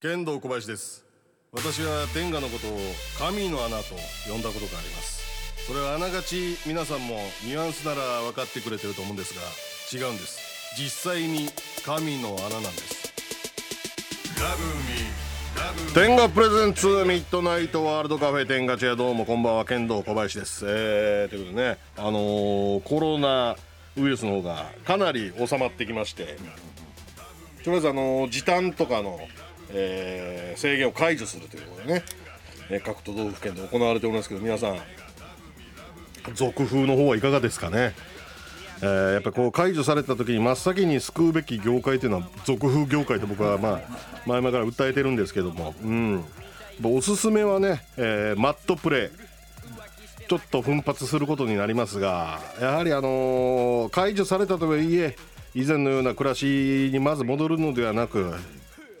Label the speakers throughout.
Speaker 1: 剣道小林です私は天下のことを神の穴と呼んだことがありますそれはあながち皆さんもニュアンスなら分かってくれてると思うんですが違うんです実際に神の穴なんです天下プレゼンツミッドナイトワールドカフェ天下チェアどうもこんばんは剣道小林ですえー、ということでねあのーコロナウイルスの方がかなり収まってきましてとりあえずあの時短とかの、えー制限を解除するということでね、えー各都道府県で行われておりますけど皆さん続風の方はいかがですかね、えーやっぱりこう解除された時に真っ先に救うべき業界というのは続風業界と僕はまあ前々から訴えてるんですけども、うん、やっぱおすすめはね、えーマットプレーちょっと奮発することになりますがやはり、あのー解除されたとはいえ以前のような暮らしにまず戻るのではなく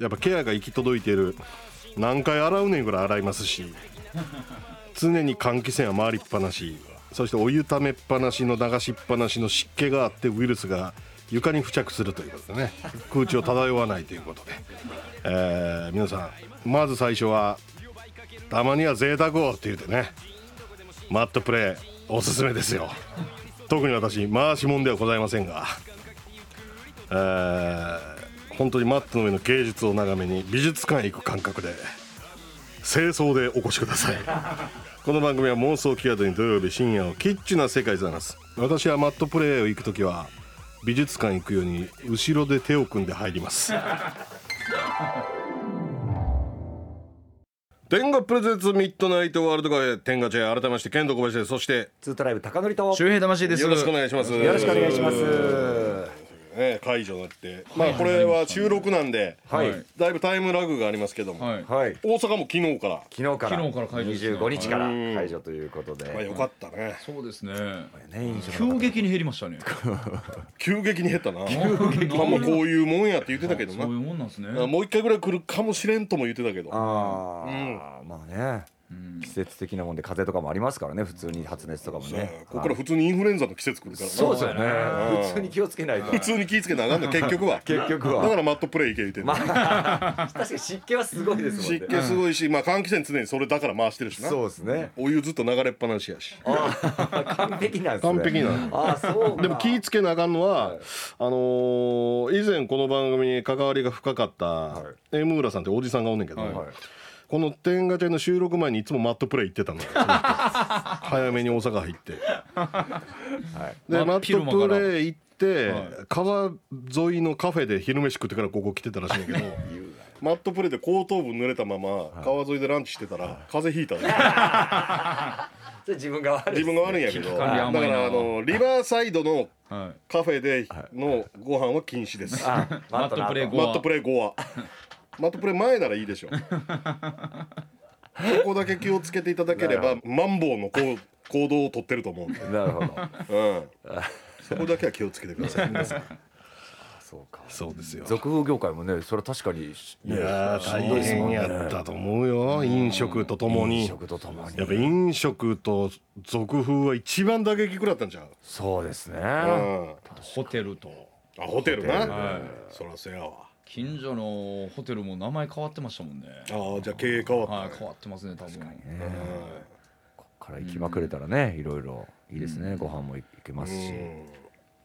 Speaker 1: やっぱケアが行き届いている何回洗うねんぐらい洗いますし常に換気扇は回りっぱなしそしてお湯ためっぱなしの流しっぱなしの湿気があってウイルスが床に付着するということでね空気を漂わないということで、えー皆さんまず最初はたまには贅沢をって言うてねマットプレーおすすめですよ特に私回しもんではございませんが、えー本当にマットの上の芸術を眺めに美術館へ行く感覚で清掃でお越しくださいこの番組は妄想キアドに土曜日深夜をキッチュな世界でございます私はマットプレーを行く時は美術館行くように後ろで手を組んで入ります天下プレゼンツミッドナイトワールドカフェ天下チェア改めまして剣道小林ですそして
Speaker 2: ツートライブ高典と
Speaker 3: 周平魂です。
Speaker 1: よろしくお願いします
Speaker 2: よろしくお願いします。
Speaker 1: ね、解除になって、まあこれは収録なんで、
Speaker 2: はい
Speaker 3: はい
Speaker 1: だいぶタイムラグがありますけども、
Speaker 3: はい。
Speaker 2: はい。
Speaker 1: 大阪も昨日から、
Speaker 2: 昨日から
Speaker 3: 昨日から解除ですね
Speaker 2: 25日から解除ということで。
Speaker 1: まあ、よかったね
Speaker 3: そうですね。
Speaker 2: ね印象
Speaker 3: 急激に減りましたね。
Speaker 1: 急激に減っ たな
Speaker 3: 激
Speaker 1: まあもうこういうもんやって言ってたけど
Speaker 3: そ
Speaker 1: な
Speaker 3: ういうもんなんですね。
Speaker 1: もう一回ぐらい来るかもしれんとも言ってたけど
Speaker 2: ああ、まあね。季節的なもんで風邪とかもありますからね普通に発熱とかもね
Speaker 1: ここから普通にインフルエンザの季節来るからな
Speaker 2: そうですよね
Speaker 1: うん
Speaker 2: 普通に気をつけないと
Speaker 1: 普通に気ぃつけなあかんの結局は
Speaker 2: 結局
Speaker 1: だか
Speaker 2: は
Speaker 1: らマットプレイいけ言うてんの
Speaker 2: まあ確かに湿気はすごいですもん
Speaker 1: 湿
Speaker 2: ね
Speaker 1: 気すごいし、まあ換気扇常にそれだから回してるしな
Speaker 2: そうですね
Speaker 1: お湯ずっと流れっぱなしやし
Speaker 2: 完璧なんですね
Speaker 1: 完璧なの
Speaker 2: ああそう か
Speaker 1: でも気ぃつけなあかんのは、あのー以前この番組に関わりが深かった
Speaker 2: い
Speaker 1: 江村さんっておじさんがおんねんけど、
Speaker 2: はい
Speaker 1: この「天下茶」の収録前にいつもマットプレイ行ってたのよ早めに大阪入って、で
Speaker 3: ま
Speaker 1: マ
Speaker 3: あ
Speaker 1: ットプレイ行って、
Speaker 3: はい
Speaker 1: 川沿いのカフェで昼飯食ってからここ来てたらしいんだけどマットプレイで後頭部濡れたまま川沿いでランチしてたら風邪ひいたのよ
Speaker 2: それ自分が悪い
Speaker 1: 自分が悪いんやけど
Speaker 3: 危
Speaker 1: だ
Speaker 3: 機
Speaker 1: か
Speaker 3: 管理
Speaker 1: ら
Speaker 3: 甘
Speaker 1: あ
Speaker 3: いな
Speaker 1: のリバーサイドの
Speaker 3: は
Speaker 1: カフェでのご飯は禁止です
Speaker 2: あ
Speaker 3: マットプレー
Speaker 1: マットプレー後はマットプレー前ならいいでし ょここだけ気をつけていただければマンボウの行行動を取ってると思うんで、
Speaker 2: なるほど
Speaker 1: うん、そこだけは気をつけてください皆さん
Speaker 2: そうか
Speaker 1: そうですよ
Speaker 2: 俗風業界もねそれは確かに
Speaker 1: いやー大変やったと思うよ飲食ととも
Speaker 2: 飲
Speaker 1: に
Speaker 2: 食とともに
Speaker 1: やっぱ飲食と俗風は一番打撃食らったんちゃう、
Speaker 2: そうですね
Speaker 1: うん、
Speaker 3: ホテルと
Speaker 1: あホテルな、
Speaker 3: はい
Speaker 1: そらせやわ
Speaker 3: 近所のホテルも名前変わってましたもんね。
Speaker 1: あーじゃあ経営変わった、
Speaker 3: はい、変わってますね多分。
Speaker 2: こっから行きまくれたらねいろいろいいですねご飯も行けますし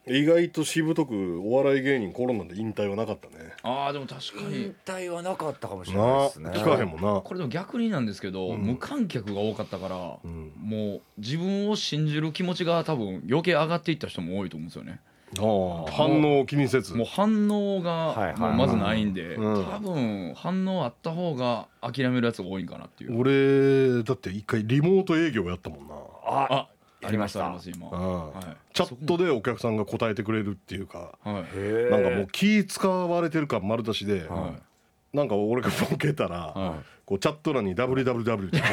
Speaker 1: 意外としぶとくお笑い芸人コロナで引退はなかったね
Speaker 3: ああでも確かに
Speaker 2: 引。退はなかったかもしれない
Speaker 1: な
Speaker 2: ですね
Speaker 1: 聞かへんもんな
Speaker 3: これでも逆になんですけど、無観客が多かったから、
Speaker 1: ん
Speaker 3: もう自分を信じる気持ちが多分余計上がっていった人も多いと思うんですよね。
Speaker 1: ああ反応を気にせず
Speaker 3: もう反応
Speaker 2: はいはい
Speaker 3: が
Speaker 2: はい
Speaker 3: もうまずないんで、
Speaker 1: うん
Speaker 3: 多分反応あった方が諦めるやつが多いんかなっていう。
Speaker 1: 俺だって一回リモート営業やったもんな
Speaker 2: あ
Speaker 3: あ、ありましたあります今。
Speaker 1: ああ
Speaker 3: はい
Speaker 1: チャットでお客さんが答えてくれるっていうか
Speaker 3: はい。
Speaker 2: へえ
Speaker 1: なんかもう気使われてる感丸出しで、
Speaker 3: は
Speaker 1: なんか俺がボケたら、
Speaker 3: は
Speaker 1: こうチャット欄に WWW って な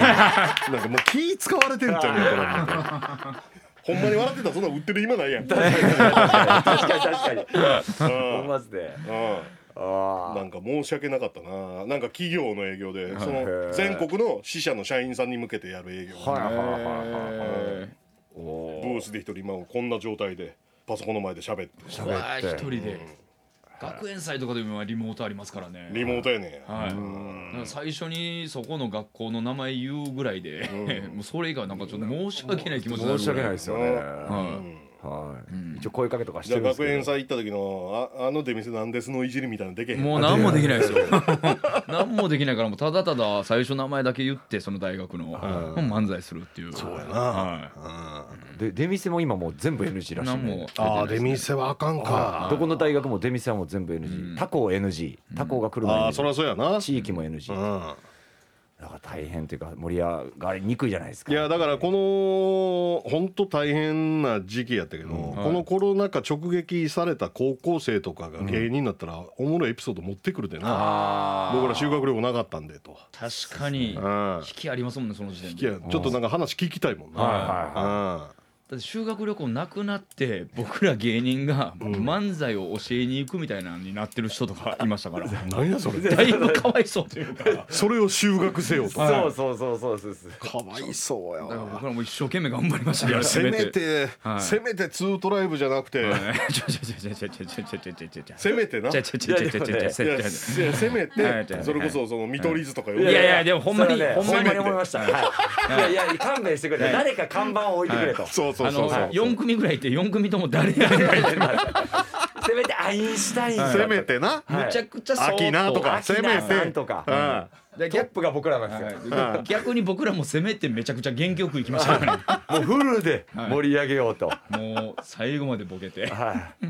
Speaker 1: んかもう気使われてんちゃうねんこれほんまに笑ってたらそんな売ってる今ない やん、うん、
Speaker 2: 確かに確かに思わずであ
Speaker 1: なんか申し訳なかったななんか企業の営業でそ
Speaker 2: へ
Speaker 1: の
Speaker 2: ー
Speaker 1: 全国の支社の社員さんに向けてやる営業、
Speaker 2: あはいはいはいはいはい
Speaker 3: えー
Speaker 1: ブースで一人今こんな状態でパソコンの前で喋って
Speaker 3: うわー一人で学園祭とかでも今リモートありますからね
Speaker 1: リモートやねん
Speaker 3: はい、だから最初にそこの学校の名前言うぐらいで、もうそれ以外はなんかちょっと申し訳ない気持ちになる、
Speaker 2: 申し訳ないですすよね。
Speaker 3: は
Speaker 2: はい。一応声かけとかして
Speaker 1: じゃ
Speaker 2: る
Speaker 1: あ
Speaker 2: んです
Speaker 1: 学園
Speaker 2: けど。
Speaker 1: 祭行った時のああの出店なんですのいじりみたいなのでけへ
Speaker 3: い、
Speaker 1: ん
Speaker 3: もう何もできないですよ何もできないからもうただただ最初名前だけ言ってその大学の、もう漫才するっていうそうやな、はい
Speaker 2: で出店も今もう全部 NG らしい
Speaker 3: 何
Speaker 2: ね、
Speaker 3: も
Speaker 1: ああ出店はあかんか
Speaker 2: どこの大学も出店はもう全部 NG。他校 NG。他校が来るの
Speaker 1: ああ
Speaker 2: NG
Speaker 1: そりゃそうやな
Speaker 2: 地域も NG。
Speaker 1: うん
Speaker 2: だから大変というか盛り上がりにくいじゃないですか。
Speaker 1: いやだからこの本当大変な時期やったけど、
Speaker 3: はい
Speaker 1: このコロナ禍直撃された高校生とかが芸人になったらおもろいエピソード持ってくるでな、
Speaker 2: あ
Speaker 1: 僕ら修学旅行なかったんでと、
Speaker 3: 確かに
Speaker 1: う
Speaker 3: 引
Speaker 1: ん、
Speaker 3: きありますもんねその時点
Speaker 1: いや
Speaker 3: で
Speaker 1: ちょっとなんか話聞きたいもんな、
Speaker 2: あ。はいはいはい。
Speaker 3: だって修学旅行なくなって僕ら芸人が漫才を教えに行くみたいなのになってる人とかいましたから
Speaker 1: うん、何やそれ
Speaker 3: だいぶかわいそうというかだか
Speaker 1: それを修学せよと、
Speaker 2: そうそうそうそうそうです。
Speaker 1: かわいそうや
Speaker 3: ら
Speaker 1: わ
Speaker 3: 僕らも一生懸命頑張りました
Speaker 1: い
Speaker 3: か
Speaker 1: や
Speaker 3: ら
Speaker 1: せめて、
Speaker 3: はい
Speaker 1: せめてツートライブじゃなくて、
Speaker 3: ちょちょちょちょちょちょちょちょちょちょちょちょ
Speaker 1: せめてない
Speaker 3: ちょ
Speaker 1: や
Speaker 3: ちょちょちょちょちょち
Speaker 1: い
Speaker 3: ょ
Speaker 1: やせめ
Speaker 3: はい
Speaker 1: てそれこそその見取り図とか呼ん
Speaker 3: いやい
Speaker 1: で
Speaker 3: やでもほんま
Speaker 2: そ
Speaker 3: に
Speaker 2: れはね
Speaker 3: ほん
Speaker 2: ほ
Speaker 3: まに
Speaker 2: んまに思いました。はい。いやいや勘弁してくれ
Speaker 3: は
Speaker 2: て。
Speaker 3: い
Speaker 2: 誰か看板を置いてくれと。
Speaker 1: そうそう
Speaker 3: あ
Speaker 1: そう
Speaker 3: の
Speaker 1: そう
Speaker 3: 4組ぐらいいて4組とも誰やねんむ
Speaker 2: せめてアインシュタインさんとか
Speaker 1: せめてな、
Speaker 2: はい
Speaker 3: ちゃくちゃそう
Speaker 1: 秋なとか
Speaker 2: 秋
Speaker 1: せめ
Speaker 2: 名さん
Speaker 1: て
Speaker 2: とか
Speaker 1: うん
Speaker 3: で
Speaker 2: トッ
Speaker 3: 逆
Speaker 2: プが僕らなんですよ。
Speaker 3: はい逆に僕らもせめてめちゃくちゃ元気よく行きましたからね
Speaker 2: もうフルで盛り上げようと。は。
Speaker 3: もう最後までボケて、はい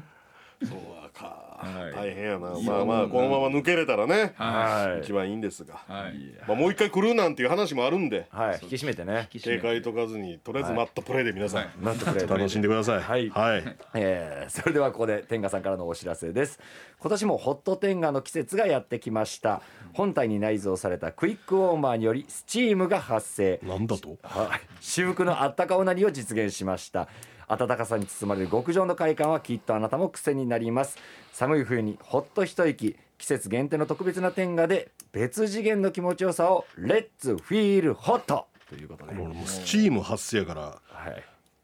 Speaker 1: そうか、
Speaker 3: はい
Speaker 1: 大変やな、
Speaker 3: いや
Speaker 1: まあま
Speaker 3: う
Speaker 1: あ
Speaker 3: ん
Speaker 1: このまま抜けれたらね、
Speaker 2: は
Speaker 1: 一番いいんですが、
Speaker 3: はい、
Speaker 1: まあ、もう一回来るなんていう話もあるんで
Speaker 2: い。はい。引き締めてね。
Speaker 1: 警戒とかずにとりあえずマットプレーで皆さん、
Speaker 3: はい
Speaker 2: なんとプレート
Speaker 1: 楽しんでください
Speaker 2: はい
Speaker 1: はい、
Speaker 2: えーそれではここで天賀さんからのお知らせです今年もホット天賀の季節がやってきました本体に内蔵されたクイックウォーマーによりスチームが発生
Speaker 1: なんだと
Speaker 2: はい私服のあったかおなりを実現しました暖かさに包まれる極上の快感はきっとあなたも癖になります寒い冬にほっと一息季節限定の特別な天賀で別次元の気持ちよさをレッツフィールホットということで、
Speaker 1: 俺もうスチーム発生やから、
Speaker 2: はい、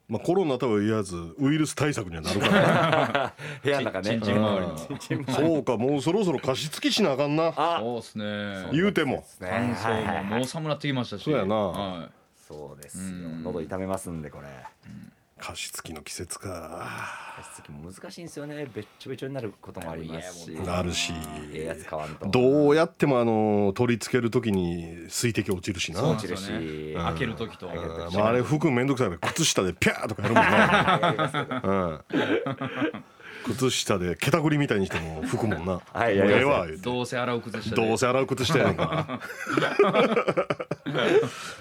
Speaker 1: まあ、コロナとは言わずウイルス対策にはなる から
Speaker 2: 部屋の中ね
Speaker 3: ちんちん
Speaker 2: うん
Speaker 3: 周りの
Speaker 1: そうかもうそろそろ加湿器しなあかんな
Speaker 2: あ
Speaker 3: そうですね
Speaker 1: 言うても
Speaker 3: 乾
Speaker 2: はいはい
Speaker 3: 燥ももう寒なってきましたし
Speaker 1: そうやな
Speaker 3: は
Speaker 2: そうですよ。喉痛めますんでこれ。
Speaker 1: 加湿器の季節か
Speaker 2: 加湿器も難しいんですよね。べっちょべちょになることもありますし。
Speaker 1: なるし
Speaker 2: ええやつ買わんと。
Speaker 1: どうやってもあの取り付けるときに水滴落ちるしな、
Speaker 3: い
Speaker 2: 落ちるし
Speaker 3: そうなんですよね開ける時と
Speaker 1: うんまあ、あれ服めんどくさいから靴下でピャーとかやるもんな
Speaker 2: やりますけど
Speaker 1: うん、靴下でけたぐりみたいにしても拭くもんな
Speaker 2: はい
Speaker 1: も
Speaker 2: や
Speaker 1: うえ
Speaker 2: ります
Speaker 1: えわ言うて
Speaker 3: どうせ洗う崩した
Speaker 1: どう
Speaker 3: せ
Speaker 1: せ洗う靴下やねんから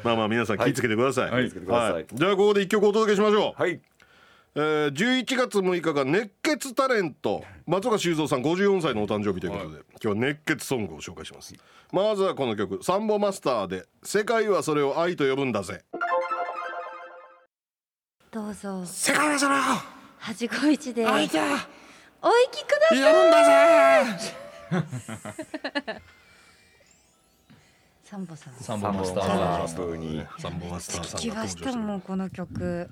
Speaker 1: まあまあ皆さん気ぃつけてください、
Speaker 3: はい
Speaker 2: 気ぃつけてください
Speaker 1: じゃあここで一曲お届けしましょう、
Speaker 2: はい。
Speaker 1: えー、11月6日が熱血タレント松岡修造さん54歳のお誕生日ということで、今日は熱血ソングを紹介しますまずはこの曲「サンボマスター」で「世界はそれを愛と呼ぶんだぜ
Speaker 4: どうぞ
Speaker 1: 世界はそれを
Speaker 4: 八五一でお
Speaker 1: 愛
Speaker 4: 行
Speaker 1: と
Speaker 4: きくだ
Speaker 1: 呼ぶんだぜ」
Speaker 4: サンボさん
Speaker 3: サンボマスタ
Speaker 2: サンボマ
Speaker 3: ー
Speaker 2: スター風に。
Speaker 1: サンボマスターさ
Speaker 4: 聞き
Speaker 1: んが
Speaker 4: ま
Speaker 1: 登場
Speaker 4: し
Speaker 1: して
Speaker 4: た
Speaker 1: る
Speaker 4: もうこの曲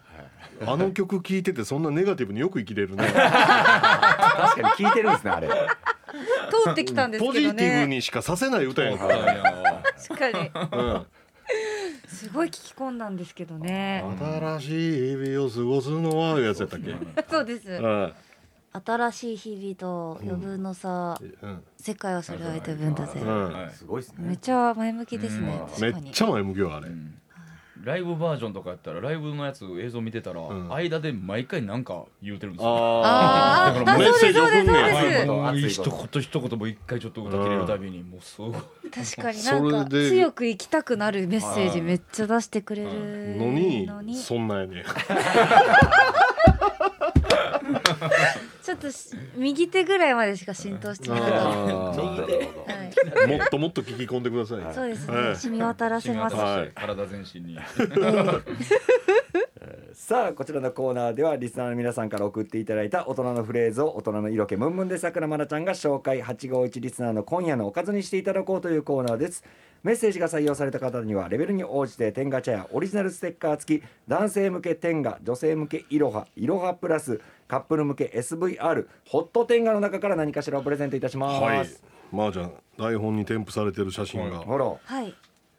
Speaker 1: あの曲聴いててそんなネガティブによく生きれるね
Speaker 2: 確かに聞いてるんですねあれ。
Speaker 4: 通ってきたんです
Speaker 1: ポ
Speaker 4: け
Speaker 1: ジ
Speaker 4: ど
Speaker 1: ティブ
Speaker 4: ね
Speaker 1: にしかさせない歌やんか
Speaker 3: いやいや
Speaker 4: 確かに
Speaker 1: うん
Speaker 4: すごい聞き込んだんですけどね
Speaker 1: 新しい日々を過ごすのはいうやつやったっけ
Speaker 4: そうです
Speaker 1: うん
Speaker 4: 新しい日々と余分のさ
Speaker 1: うん
Speaker 4: 世界はそれを愛と呼ぶんだぜ
Speaker 1: うん
Speaker 2: すごいです
Speaker 4: めっ
Speaker 2: ね。
Speaker 4: ちゃ前向きですね
Speaker 3: うん
Speaker 1: め
Speaker 4: 確か
Speaker 1: っ
Speaker 4: に
Speaker 1: ちゃ前向きよあれ
Speaker 3: ライブバージョンとかやったらライブのやつ映像見てたら、
Speaker 1: ん
Speaker 3: 間で毎回なんか言うてるんですよ
Speaker 1: あ
Speaker 4: あーあ
Speaker 1: メッ
Speaker 4: そう
Speaker 1: セー
Speaker 4: で
Speaker 1: ジ
Speaker 4: すそ
Speaker 1: 送
Speaker 4: うで
Speaker 1: ん
Speaker 4: す
Speaker 1: ね
Speaker 4: そ
Speaker 1: や
Speaker 4: うで
Speaker 2: そう
Speaker 3: もう
Speaker 2: 熱い
Speaker 3: 一言一言も一回ちょっと歌切れるたびにもうすごい
Speaker 4: す確かに
Speaker 1: そ
Speaker 4: な
Speaker 1: れで
Speaker 4: んか強く生きたくなるメッセージめっちゃ出してくれる
Speaker 1: のにそんなんやね
Speaker 4: ちょっとし右手ぐらいまでしか浸透してなかった
Speaker 1: あー
Speaker 4: はい
Speaker 1: もっともっと聞き込んでください
Speaker 4: そうですね、
Speaker 1: はい
Speaker 4: 染み渡らせます。
Speaker 1: 染み渡らせ
Speaker 3: はい体全身に
Speaker 2: さあこちらのコーナーではリスナーの皆さんから送っていただいた大人のフレーズを大人の色気ムンムンでさくらまなちゃんが紹介851リスナーの今夜のおかずにしていただこうというコーナーです。メッセージが採用された方にはレベルに応じて天ガチャやオリジナルステッカー付き男性向け天ガ女性向けいろはいろはプラスカップル向け SVR ホット天ガの中から何かしらをプレゼントいたします、
Speaker 1: はいまあじゃん台本に添付されてる写真が
Speaker 2: ほら
Speaker 4: はい。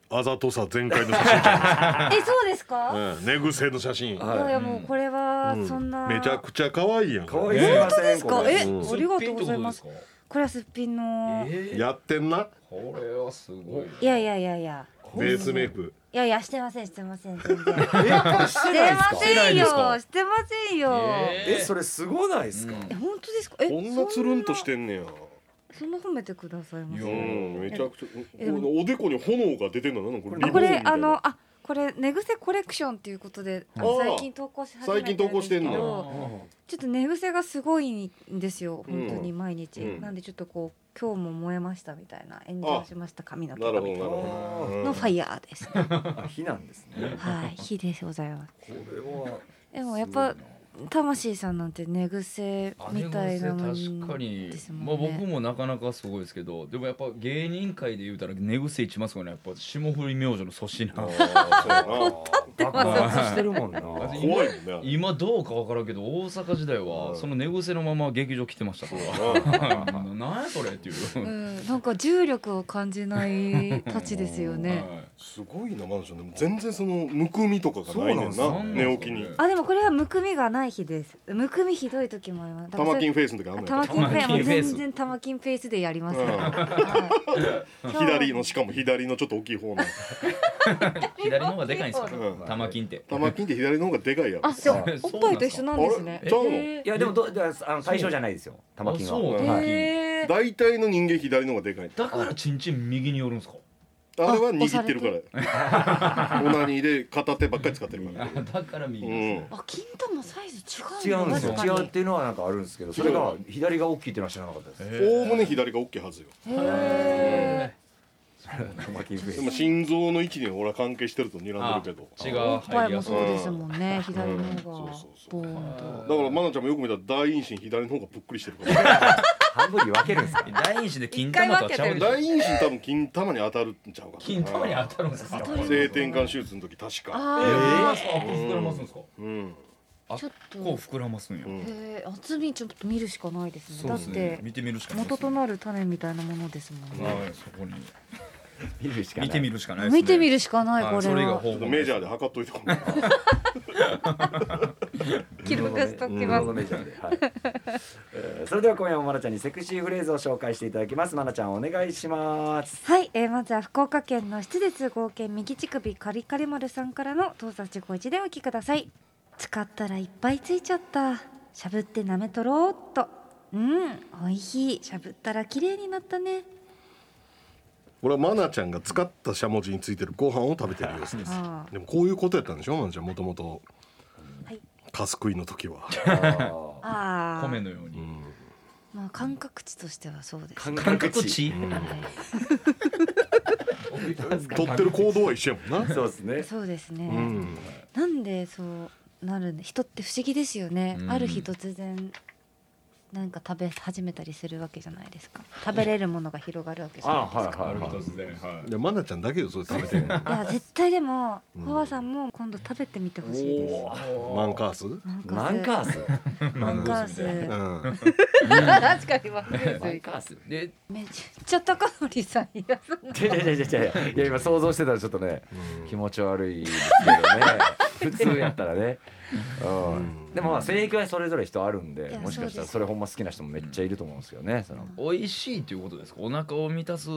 Speaker 1: あざとさ全開の写真じゃ
Speaker 4: え、そうですか。
Speaker 1: ない寝癖の写真
Speaker 4: いやいや、もう、これは、そんな。
Speaker 1: めちゃ
Speaker 4: ち
Speaker 1: くちゃ可愛いやん
Speaker 2: かわい
Speaker 3: ね
Speaker 2: すぎま
Speaker 4: ゃ。
Speaker 2: せ
Speaker 4: で
Speaker 2: ん
Speaker 4: すか。
Speaker 2: これ
Speaker 4: え、ありがとうございます
Speaker 3: こ。
Speaker 4: これはすっぴんの。
Speaker 3: れ
Speaker 1: やってんな
Speaker 3: はすごい。
Speaker 4: いやいやいやいや。
Speaker 1: ベースメイク
Speaker 4: いやいや、してません、してません。全然 して
Speaker 2: えしてないんす
Speaker 4: ま
Speaker 2: か
Speaker 3: し
Speaker 4: せんよ
Speaker 3: てないんで。
Speaker 4: してませんよ。
Speaker 3: え
Speaker 2: えそれすごないですか、
Speaker 3: うん
Speaker 4: え、本当ですか。え、
Speaker 1: こんなつるんとしてんねや
Speaker 4: そんな。そんな褒めてくださいま
Speaker 1: う
Speaker 4: す。
Speaker 1: んめちゃくちゃ
Speaker 4: えでも
Speaker 1: このおでこに炎が出てんのなんこれ
Speaker 4: あ
Speaker 1: リ
Speaker 4: こ
Speaker 1: ボンみた
Speaker 4: れ
Speaker 1: いな
Speaker 4: あのあこれ寝癖コレクションっていうことであ
Speaker 1: あー
Speaker 4: の最近投稿し始めたん
Speaker 1: 最近投稿
Speaker 4: で
Speaker 1: し
Speaker 4: す
Speaker 1: て
Speaker 4: け
Speaker 1: んだ
Speaker 4: どちょっと寝癖がすごいんですよ本当に毎日、
Speaker 1: うん
Speaker 4: なんでちょっとこう今日も燃えましたみたいな炎上しました髪の毛
Speaker 1: なるほどなる
Speaker 4: の
Speaker 1: ほど
Speaker 4: ファイヤーです、ね、
Speaker 2: あ火なんですね
Speaker 4: はい火でございます
Speaker 2: これは
Speaker 4: でもやっぱ魂さんなんて寝癖みたいなのに
Speaker 3: 確かに、
Speaker 4: です
Speaker 3: ま
Speaker 4: も
Speaker 3: あ
Speaker 4: んね、
Speaker 3: 僕もなかなかすごいですけどでもやっぱ芸人界で言うたら寝癖一ますからねやっぱ霜降り明星の粗品
Speaker 1: うん
Speaker 2: 立ってますしてる もんな
Speaker 3: あ
Speaker 1: 怖いもんね
Speaker 3: 今どうか分からんけど大阪時代はその寝癖のまま劇場来てました からなんやそれっていう
Speaker 4: う
Speaker 3: は
Speaker 4: ん、なんか重力を感じないたちですよ
Speaker 3: い
Speaker 4: ね
Speaker 1: すごいなマンションでも全然そのむくみとかがないねん
Speaker 2: そう
Speaker 1: な
Speaker 3: なんですよ
Speaker 1: 寝起きに
Speaker 4: あでもこれはむくみがない日ですむくみひどい時もありますだか
Speaker 1: タ
Speaker 4: らそ
Speaker 1: マ
Speaker 4: れ
Speaker 1: キンフェイスの時あん
Speaker 4: あ
Speaker 1: の
Speaker 4: タ
Speaker 1: や
Speaker 4: マ
Speaker 1: っ
Speaker 4: キンフェイ
Speaker 3: 玉金
Speaker 4: も
Speaker 3: フェイス
Speaker 4: 全然タマキンフェイスでやります、
Speaker 1: うん
Speaker 4: はい
Speaker 1: ぱ 左のしかも左のちょっと大きい方の
Speaker 3: 左の方がでかいんです
Speaker 1: う
Speaker 3: よ
Speaker 1: ん
Speaker 3: 玉金って
Speaker 1: 玉金って左の方がでかいやろ
Speaker 4: あ、じゃあ
Speaker 3: そう
Speaker 4: おっぱいと一緒なんですね
Speaker 1: あれちゃうの
Speaker 4: へ
Speaker 2: いやでもどだあの対象じゃないですよ玉金は
Speaker 3: あそう
Speaker 4: ー
Speaker 3: はい
Speaker 4: へー
Speaker 1: 大体の人間左の方がでかい
Speaker 3: だからチンチン右に寄るんですか
Speaker 1: あれは握ってるから オナニーで片手ばっかり使ってる から
Speaker 3: あだから右
Speaker 1: う
Speaker 3: ですね
Speaker 1: ん
Speaker 4: あ、金玉サイズ違
Speaker 2: 違
Speaker 4: う
Speaker 2: うん
Speaker 4: の
Speaker 2: ですよ
Speaker 4: 確か
Speaker 2: 違
Speaker 4: に
Speaker 2: うっていうのはなんかあるんですけどそれが左が大きいっていうのは知らなかった です
Speaker 1: おおむね左が OK はずよ
Speaker 4: へ
Speaker 2: 玉金フェイ
Speaker 1: で
Speaker 2: ス
Speaker 1: も心臓の位置に俺は関係してると睨ん
Speaker 3: あ
Speaker 1: でるけど
Speaker 3: 血
Speaker 4: ーお
Speaker 3: が
Speaker 4: っぱ
Speaker 3: 入
Speaker 4: い
Speaker 3: り
Speaker 4: も
Speaker 3: やすい
Speaker 4: そうですもんね左の
Speaker 1: うん
Speaker 4: 方が
Speaker 1: そうそうそ
Speaker 4: ボ
Speaker 1: う
Speaker 4: ーンと
Speaker 1: だからマナちゃんもよく見たら大陰唇左の方がぷっくりしてる から
Speaker 2: 半分に分けるんですか
Speaker 3: 第一子で金玉とはちゃうでしょ
Speaker 1: 大陰唇多分金玉に当たるんちゃうかな
Speaker 3: 金玉に当たるんですか
Speaker 1: 性転換手術の時確か
Speaker 3: え
Speaker 4: あ
Speaker 3: ーあこう膨らますんですか
Speaker 1: うん
Speaker 4: ー
Speaker 3: あ
Speaker 4: ちょっと
Speaker 3: こう膨らますんや
Speaker 1: うん
Speaker 4: へー厚みちょっと見るしかないですね
Speaker 3: そう
Speaker 4: だ
Speaker 3: で
Speaker 4: っ
Speaker 3: すね
Speaker 4: て
Speaker 3: 見てみるしかないで
Speaker 4: 元
Speaker 3: すね
Speaker 4: となる種みたいなものですもんね
Speaker 3: はいそこに
Speaker 2: 見るしかない
Speaker 3: 見てみるしかないですね
Speaker 4: 見てみるしかない
Speaker 3: は
Speaker 4: こ
Speaker 3: いそ
Speaker 4: れ
Speaker 3: れが
Speaker 4: は
Speaker 1: ちょ
Speaker 3: 方
Speaker 1: っと
Speaker 3: 法
Speaker 1: メジャーで測っといてこない
Speaker 4: 記録しとき
Speaker 2: なる
Speaker 4: ます
Speaker 2: ほどメジャーで、はいえーそれでは今夜もまなちゃんにセクシーフレーズを紹介していただきますまなちゃんお願いします
Speaker 4: はい、えー、まずは福岡県の七絶合計右乳首カリカリ丸さんからの東三地五一でお聞きください使ったらいっぱいついちゃったしゃぶって舐めとろうっとうん、おいしいしゃぶったら綺麗になったね
Speaker 1: 俺はマナちゃんが使ったしゃもじについてるご飯を食べてる様子です
Speaker 4: あ
Speaker 1: でもこういうことやったんでしょマナちゃんもともと
Speaker 4: はい
Speaker 1: カス食いの時 は
Speaker 2: あ
Speaker 4: あ
Speaker 3: 米
Speaker 4: ー
Speaker 3: のよう
Speaker 1: う
Speaker 3: に
Speaker 1: ん
Speaker 4: まあ感覚値としてはそうです
Speaker 2: ー
Speaker 3: 感覚値
Speaker 1: 取ってる行動は一緒やもんな
Speaker 2: そうですね
Speaker 4: そうです
Speaker 1: う
Speaker 4: ね、
Speaker 1: ん
Speaker 4: なんでそうなるんで人って不思議ですよね、
Speaker 3: うん
Speaker 4: ある日突然なんか食べ始めたりするわけじゃないですか食べれるものが広がるわけじゃない
Speaker 2: あ
Speaker 4: ですか
Speaker 2: はいは
Speaker 3: あ
Speaker 2: い
Speaker 3: る
Speaker 2: はい
Speaker 3: 突然はい
Speaker 1: いやマナちゃんだけよそれ食べてるの
Speaker 4: いや絶対でも
Speaker 1: うん
Speaker 4: コアさんも今度食べてみてほしいです。
Speaker 1: マンカースうん
Speaker 4: マン
Speaker 2: マンカース
Speaker 4: スマンカー ス。確かにマンカ
Speaker 2: マン
Speaker 4: ー
Speaker 2: カース
Speaker 3: で
Speaker 4: ス。めちゃくちゃ高森さんいらそうな。
Speaker 2: 違う違う違う違ういや今想像してたらちょっとね気持ち悪いですけどね普通やったらね、うん、でもまあ性域はそれぞれ人あるん
Speaker 4: い
Speaker 2: で
Speaker 4: や
Speaker 2: もしかしたら
Speaker 4: そうです
Speaker 2: それほんま好きな人もめっちゃいると思うんですよねその
Speaker 3: 美味しいということですかお腹を満たす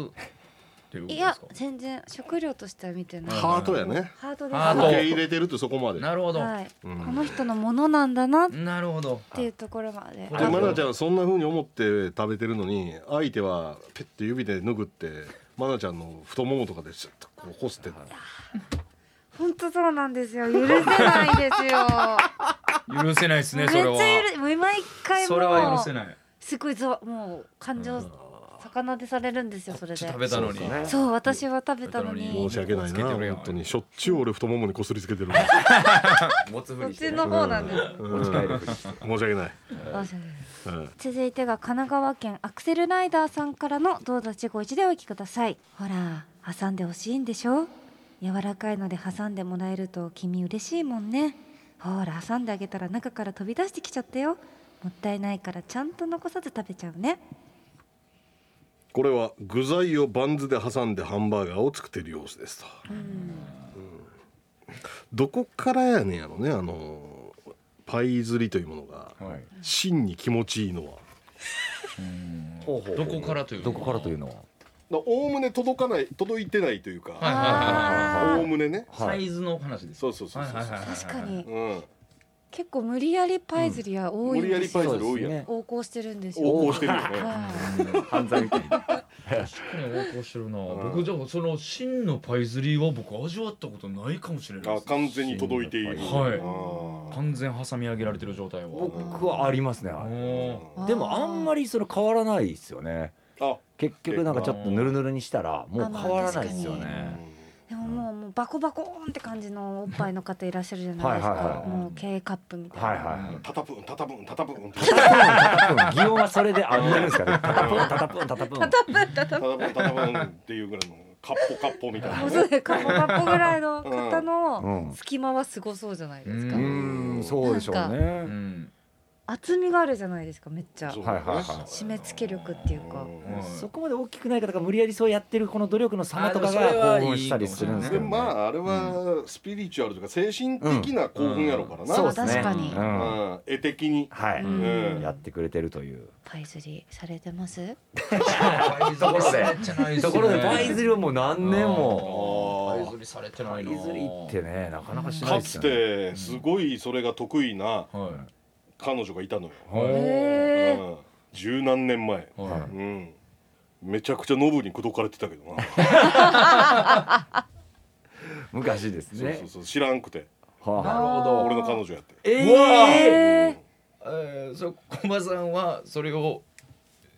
Speaker 3: ということで
Speaker 4: いや
Speaker 3: すか
Speaker 4: 全然食料としては見てない。
Speaker 1: ハートやね
Speaker 4: ハートです。
Speaker 3: ハー
Speaker 1: 受
Speaker 3: ト
Speaker 1: け入れてるってそこまで
Speaker 3: なるほど
Speaker 4: はい。こ
Speaker 1: うん
Speaker 4: の人のものなんだなっ
Speaker 3: なるほど
Speaker 4: ていうところまで。
Speaker 3: あ
Speaker 1: で
Speaker 4: あ
Speaker 1: マナちゃんはそんな風に思って食べてるのに相手はペッて指で拭ってマナちゃんの太ももとかでちょっとこう干して
Speaker 4: 本当そうなんですよ。許せないですよ。
Speaker 3: 許せないです
Speaker 4: め
Speaker 3: ね
Speaker 4: っ
Speaker 3: それ
Speaker 4: ちゃ
Speaker 3: は
Speaker 4: 許もう毎回もう
Speaker 3: それは許せない
Speaker 4: すごいぞもう感情魚でされるんですよそれで。
Speaker 3: 食べたのに
Speaker 2: そうです
Speaker 4: そう私は食べたの
Speaker 3: 食べたの
Speaker 4: に
Speaker 1: 申し訳ない
Speaker 3: つけ
Speaker 1: な
Speaker 3: てくれよ
Speaker 1: 本当にしょっちゅう俺太ももにこすりつけてるわ
Speaker 2: 持つふ
Speaker 4: こっ
Speaker 2: りして
Speaker 4: ち
Speaker 2: ね
Speaker 4: の方なんです。
Speaker 1: うん
Speaker 2: 持ち
Speaker 1: 申
Speaker 2: 帰
Speaker 1: し
Speaker 2: るふりして
Speaker 1: 訳ない
Speaker 4: あそうです
Speaker 1: うん
Speaker 4: 続いてが神奈川県アクセルライダーさんからの「どうぞちご一でお聞きください」ほら挟んでほしいんでしょ柔らかいので挟んでもらえると君嬉しいもんねほら挟んであげたら中から飛び出してきちゃったよもったいないからちゃんと残さず食べちゃうね
Speaker 1: これは具材をバンズで挟んでハンバーガーを作っている様子ですと、うんどこからやねんやろねあのパイ釣りというものが
Speaker 3: はい
Speaker 1: 真に気持ちいいのは
Speaker 2: ほうほうほう
Speaker 3: どこからという
Speaker 2: どこからというのは
Speaker 1: おおむね届かない届いてないというか、
Speaker 3: はい
Speaker 4: あ
Speaker 1: おおむねね
Speaker 2: は
Speaker 3: サ
Speaker 2: い
Speaker 3: イズの話です
Speaker 1: そうそうそうそうそう
Speaker 3: はいはいはいはい
Speaker 4: 確かに
Speaker 1: うん
Speaker 4: 結構無理やりパイズリは多い
Speaker 1: 無
Speaker 4: ん
Speaker 1: 理や
Speaker 4: で
Speaker 1: り
Speaker 4: す
Speaker 1: パイ
Speaker 4: よ
Speaker 1: 釣り多いやん、
Speaker 2: そうですね
Speaker 4: 横行してるんですよ
Speaker 1: 横行してるよね
Speaker 4: はい
Speaker 2: 犯罪みたいな
Speaker 3: 確かに横行してるな、
Speaker 1: うん
Speaker 3: 僕じゃあその真のパイズリーは僕味わったことないかもしれない
Speaker 1: あ
Speaker 3: です
Speaker 1: 完全に届いている、
Speaker 3: はい
Speaker 1: あ
Speaker 3: 完全挟み上げられてる状態は
Speaker 2: 僕はありますねあれ
Speaker 3: お
Speaker 4: あー
Speaker 2: でもあんまりその変わらないですよね
Speaker 1: ーあ
Speaker 2: 結局なんかちょっとぬるぬるにしたらもう
Speaker 4: あまあ
Speaker 2: 変わらないですよね
Speaker 4: でももうもうバコバコーンって感じのおっぱいの方いらっしゃるじゃないですか
Speaker 2: はいはいはい
Speaker 4: もう K カップみたいな、
Speaker 2: はいはい
Speaker 1: たたぷんたたぷんたたぷ んた
Speaker 2: タタプン擬音はそれであってるんですかねタタプンタタプンタタプン
Speaker 1: たぷんたたぷんっていうぐらいのカッポカッポみたいな
Speaker 4: も
Speaker 1: ね
Speaker 4: う そうでカッポカッポぐらいの方
Speaker 2: うん
Speaker 4: の隙間はすごそうじゃないです
Speaker 2: う
Speaker 4: か、
Speaker 2: ーんそうでしょう
Speaker 3: ーう
Speaker 2: ね
Speaker 3: ん
Speaker 4: 厚みがあるじゃないですかめっちゃ
Speaker 1: そう
Speaker 2: はいはいはい
Speaker 4: 締め付け力っていうか
Speaker 1: うん
Speaker 3: うん
Speaker 2: そこまで大きくない方が無理やりそうやってるこの努力の様とか
Speaker 3: あでもそれは
Speaker 2: が興奮したりするんですけ
Speaker 1: で
Speaker 2: どね
Speaker 1: まああれはスピリチュアルというか精神的な興奮やろうからな、
Speaker 2: そうですね
Speaker 4: 確かに
Speaker 2: うん
Speaker 1: うん絵的に
Speaker 2: は
Speaker 4: う
Speaker 2: い
Speaker 1: ん
Speaker 2: やってくれてるという
Speaker 4: パイズリされてます
Speaker 3: ところで
Speaker 2: ところでパイ釣りはもう何年も
Speaker 3: パイ
Speaker 1: あ
Speaker 3: 釣りされてな
Speaker 2: パ
Speaker 3: い
Speaker 2: イ
Speaker 3: な
Speaker 2: 釣りってねなかなかし
Speaker 1: あ
Speaker 2: ない
Speaker 1: か
Speaker 2: です
Speaker 1: つ
Speaker 2: よね
Speaker 1: てすごいそれが得意な
Speaker 3: は
Speaker 1: 彼女がいたのよ、
Speaker 3: いはい
Speaker 4: へー
Speaker 1: うん十何年前、
Speaker 3: はい
Speaker 1: うん、めちゃくちゃノブに口説かれてたけどな
Speaker 2: 昔です
Speaker 1: そう
Speaker 2: ね
Speaker 1: そうそう知らんくて
Speaker 2: はあはあ
Speaker 3: なるほど
Speaker 1: 俺の彼女やって
Speaker 2: え
Speaker 3: うわ
Speaker 4: えー
Speaker 3: えー、そ小馬さんはそれを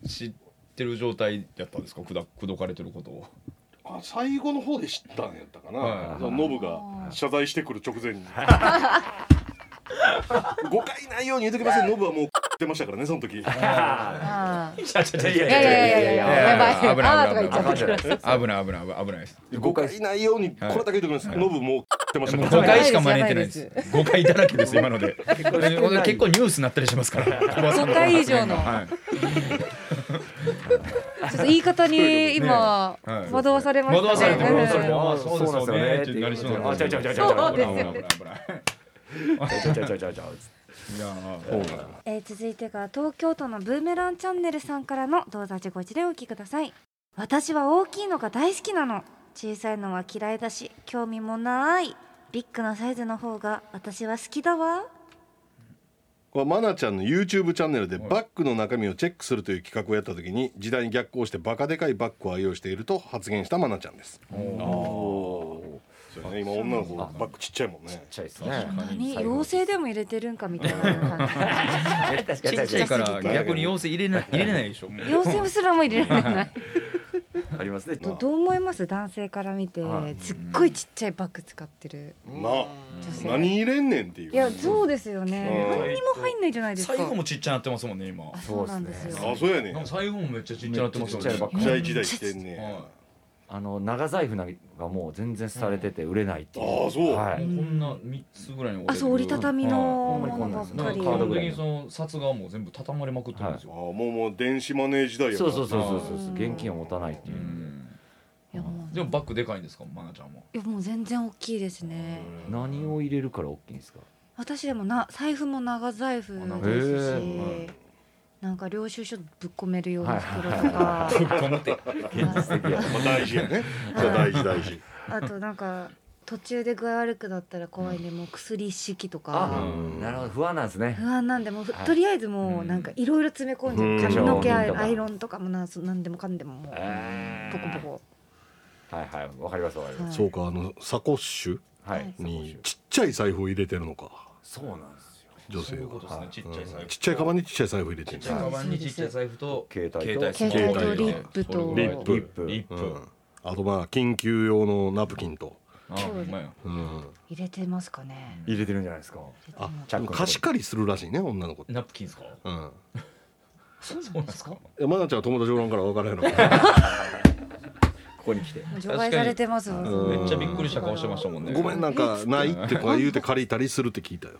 Speaker 3: 知ってる状態やったんですかくだくどかれてることを
Speaker 1: あ最後の方で知ったんやったかな、
Speaker 3: はい
Speaker 1: そのノブが謝罪してくる直 前に誤解ないように言うときませんノブはもうってましたからねその時
Speaker 4: あー
Speaker 2: いやい
Speaker 4: いやいやいやいややばい
Speaker 3: 危ない危ない
Speaker 4: あーとか言っちゃっ
Speaker 3: 危ない危ない危ない危ないです
Speaker 1: 誤解ないようにこれだけ言うときます、ノブもうってました
Speaker 3: もう
Speaker 1: か
Speaker 3: 誤
Speaker 1: ら、ね、
Speaker 3: 解しか招いてないです誤解だらけです今ので結
Speaker 2: してない
Speaker 3: 構ニュースになったりしますから小馬さん
Speaker 4: 誤解以上の
Speaker 3: はい
Speaker 4: たちょっと言い方に今
Speaker 3: ねはい
Speaker 4: 惑わされました
Speaker 3: 惑
Speaker 4: ね
Speaker 3: わされて
Speaker 2: 惑わ
Speaker 3: る
Speaker 2: されてる
Speaker 3: まあそうですよねってなりそうなんで
Speaker 2: あ違う違う違う違う
Speaker 4: そうですよ
Speaker 3: 危な
Speaker 4: ね
Speaker 3: い危ない危ない
Speaker 2: ちゃちゃちゃちゃちゃ
Speaker 3: いやー
Speaker 4: えー続いてが東京都のブーメランチャンネルさんからの動画自己一でお聞きください私は大きいのが大好きなの小さいのは嫌いだし興味もないビッグなサイズの方が私は好きだわ
Speaker 1: これマナちゃんの YouTube チャンネルでバッグの中身をチェックするという企画をやった時に時代に逆行してバカでかいバッグを愛用していると発言したマナちゃんですそうやね今女の子バッグちっちゃいもんね
Speaker 2: ちゃいですね
Speaker 4: 何妖精でも入れてるんかみたいな感
Speaker 2: 確かに
Speaker 3: ちっちゃいから逆に妖精入れない入れれないでしょ
Speaker 4: じ妖精すらも入れられない
Speaker 2: ありますね
Speaker 4: どどう思います男性から見て
Speaker 2: はい
Speaker 4: すっごいちっちゃいバッグ使ってる
Speaker 1: なあ
Speaker 4: 女性
Speaker 1: 何入れんねんっていう
Speaker 4: いやそうですよね
Speaker 1: うん
Speaker 4: 何にも入んないじゃないですか
Speaker 3: 最後もちっちゃなってますもんね今
Speaker 4: そうなんですよ
Speaker 1: あそうやねん
Speaker 3: なんか最後もめっちゃちっちゃなってますよね
Speaker 2: めっちゃちっちゃいばっか
Speaker 1: 時代時代来てんねん
Speaker 3: はい
Speaker 2: あの長財布なんかもう全然されてて売れないっていう
Speaker 1: ああそう
Speaker 2: はい
Speaker 3: こんな三つぐらいの
Speaker 4: あそう折りたたみの
Speaker 2: はい
Speaker 4: ものばっ
Speaker 3: な
Speaker 4: か
Speaker 3: ん
Speaker 4: り
Speaker 3: か基本的にその札がもう全部畳まれまくってるんです
Speaker 1: あ
Speaker 3: よ、
Speaker 1: もうもう電子マネー時代やか
Speaker 2: そ
Speaker 1: ら
Speaker 2: うそうそうそうそうそう現金を持たないっていううん
Speaker 4: いやもう
Speaker 3: でもバッグでかいんですかマナちゃん も
Speaker 4: いやもう全然大きいですね
Speaker 2: 何を入れるから大きいんですか
Speaker 4: 私でもな財布も長財布
Speaker 3: 長
Speaker 2: い
Speaker 4: ですし、
Speaker 2: へ
Speaker 4: なんか領収書ぶっ込めるような袋とか、
Speaker 2: 現実的や
Speaker 1: まあ大事やねそれは大事大事
Speaker 4: あとなんか途中で具合悪くなったら怖いんでもう薬一式と
Speaker 2: あ
Speaker 4: か
Speaker 1: うん
Speaker 2: なるほど不安なんですね
Speaker 4: 不安なんでもうふ
Speaker 2: はい
Speaker 4: とりあえずもうなんかいろいろ詰め込んで、
Speaker 1: うん
Speaker 4: 髪の毛ア
Speaker 2: うん
Speaker 4: イアイロンとかもなんなんでもかんでももう
Speaker 2: え
Speaker 4: ポコポコ
Speaker 2: ーはいはいわかりますわかります
Speaker 1: そうかあのサコッシュ
Speaker 2: はい
Speaker 1: にちっちゃい財布を入れてるのか
Speaker 2: そうなんですよ
Speaker 1: 女性
Speaker 3: そういう
Speaker 1: は
Speaker 3: ことですねちっちゃい財布、
Speaker 1: うんちっちゃいカバンにちっちゃい財布入れてる
Speaker 3: ちっちゃいカバンにちっちゃい財布と
Speaker 2: 携帯と
Speaker 4: 携帯と
Speaker 1: 携帯と
Speaker 4: リップと
Speaker 1: リップ
Speaker 2: リップ
Speaker 3: リップ、
Speaker 1: うんあとまあ緊急用のナプキンと、
Speaker 3: あほんまや
Speaker 1: うん、
Speaker 4: 入れてますかね
Speaker 2: 入れてるんじゃないですか
Speaker 1: あ
Speaker 2: チャックのとこ
Speaker 1: 貸し借りするらしいね女の子って、
Speaker 3: ナプキンですか
Speaker 1: うん、い
Speaker 3: そうなんですか
Speaker 1: やまなちゃんは友達おらんから分からへんの
Speaker 2: ここに来て
Speaker 4: もう除外されてますわ
Speaker 1: 確かに
Speaker 3: めっちゃびっくりした顔してましたもん ね
Speaker 1: ごめんなんかないってこう言うて借りたりするって聞いたよ、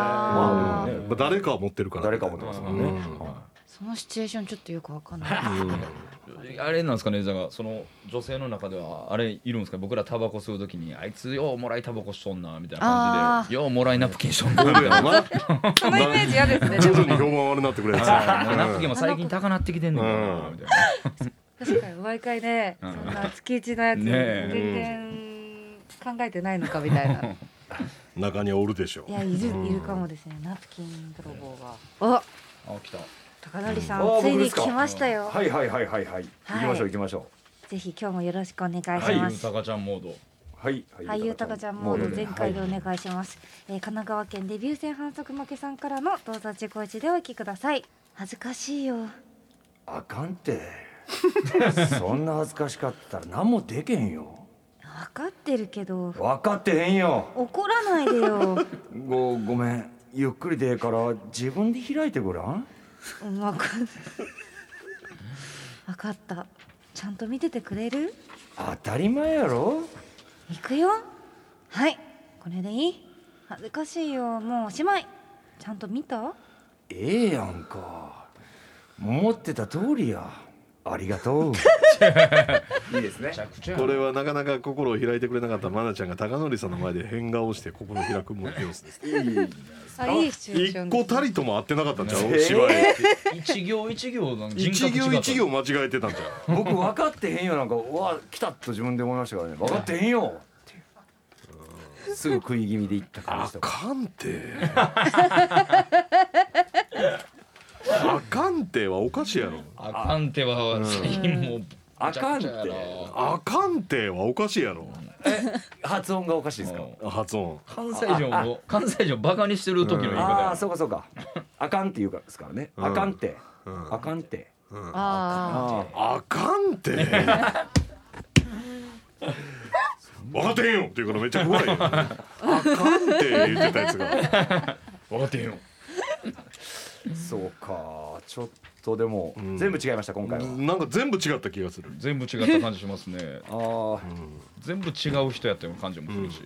Speaker 4: あー
Speaker 1: まあ、誰かは持ってるから
Speaker 2: 誰か持ってますもんね、
Speaker 1: うん
Speaker 2: は
Speaker 4: そのシチュエーションちょっとよくわかんない
Speaker 3: あれなんですかねじゃあその女性の中ではあれいるんですか僕らタバコ吸う時にあいつようもらいタバコしとんなみたいな感じでようもらいナプキンしとんなみたいな
Speaker 1: まあ
Speaker 4: そのイメージ嫌ですね
Speaker 1: 徐々に評判悪なってくれるや
Speaker 3: ナプキンも最近高なってきてんねんなみたいな
Speaker 4: 確かに毎回ねそ
Speaker 3: うん
Speaker 4: んな月一のやつ
Speaker 3: ねえ
Speaker 4: 全然考えてないのかみたいな
Speaker 1: つ中にはおるでしょ
Speaker 4: いやいるいるかもですねナプキン泥棒があ
Speaker 3: あ来た
Speaker 4: 高成さ
Speaker 2: あー
Speaker 4: んつい
Speaker 2: 僕で
Speaker 4: に
Speaker 2: すか
Speaker 4: 来ましたよ
Speaker 2: いはいはいはいはい
Speaker 4: はい
Speaker 2: 行きましょう行きましょ
Speaker 4: ぜひ今日もよろしくお願いします、
Speaker 3: はいタカちゃんモード
Speaker 2: うはい
Speaker 4: 俳優高ちゃんモード全開でお
Speaker 2: はい
Speaker 4: 願いします、えー神奈川県デビュー戦反則負けさんからのどうぞ自己一でお聞きください恥ずかしいよ
Speaker 2: あかんってそんな恥ずかしかったら何もでけへんよ
Speaker 4: 分かってるけ ど
Speaker 2: 分かってへんよ
Speaker 4: 怒らないでよ
Speaker 2: ごごめんゆっくりでええから自分で開いてごらん
Speaker 4: うん分か ん分かったちゃんと見ててくれる
Speaker 2: 当たり前やろ
Speaker 4: 行くよはいこれでいい恥ずかしいよもうおしまいちゃんと見た
Speaker 2: ええやんか思ってた通りやありがとういいですね
Speaker 1: うこれはなかなか心を開いてくれなかった愛菜ちゃんが高典さんの前で変顔して心を開くも様子です
Speaker 4: あいいシチュエー
Speaker 1: 一
Speaker 4: ション
Speaker 1: 個
Speaker 4: です
Speaker 1: たりとも合ってなかったんちゃ
Speaker 2: えー
Speaker 1: う芝居
Speaker 3: 一行一行なんか人
Speaker 1: 一
Speaker 3: 格違
Speaker 1: 行
Speaker 3: った
Speaker 1: 一行間違えてたんちゃう
Speaker 2: 僕分かってへんよなんかうわ来たと自分で思いましたからね分かってへんよってすぐ食い気味でいった感
Speaker 1: あ
Speaker 2: じとか
Speaker 1: かん てあかんてはおかしいやろ
Speaker 3: あかんては最近もう
Speaker 2: あかんて
Speaker 3: めちゃくちゃや
Speaker 1: あかんてはおかしいやろ
Speaker 2: 発音がおかしいですか
Speaker 3: な
Speaker 1: 発音
Speaker 3: 関西人を関西人をバカにしてる時の言い
Speaker 2: ああ
Speaker 3: 方
Speaker 2: ーそうかそうかあかんって言うからですからね
Speaker 1: うん
Speaker 2: あかんって
Speaker 1: うん
Speaker 2: あかんって
Speaker 4: あ
Speaker 2: あ
Speaker 1: あかん て分かってへんよって言うからめっちゃ怖いよあかんて言ってたやつが
Speaker 3: 分かってへんよ
Speaker 2: あそうかちょっとでも
Speaker 1: うん
Speaker 2: 全部違いました今回は
Speaker 1: なんか全部違った気がする
Speaker 3: 全部違った感じしますね
Speaker 2: あー
Speaker 3: 全部違う人やったような感じもするし、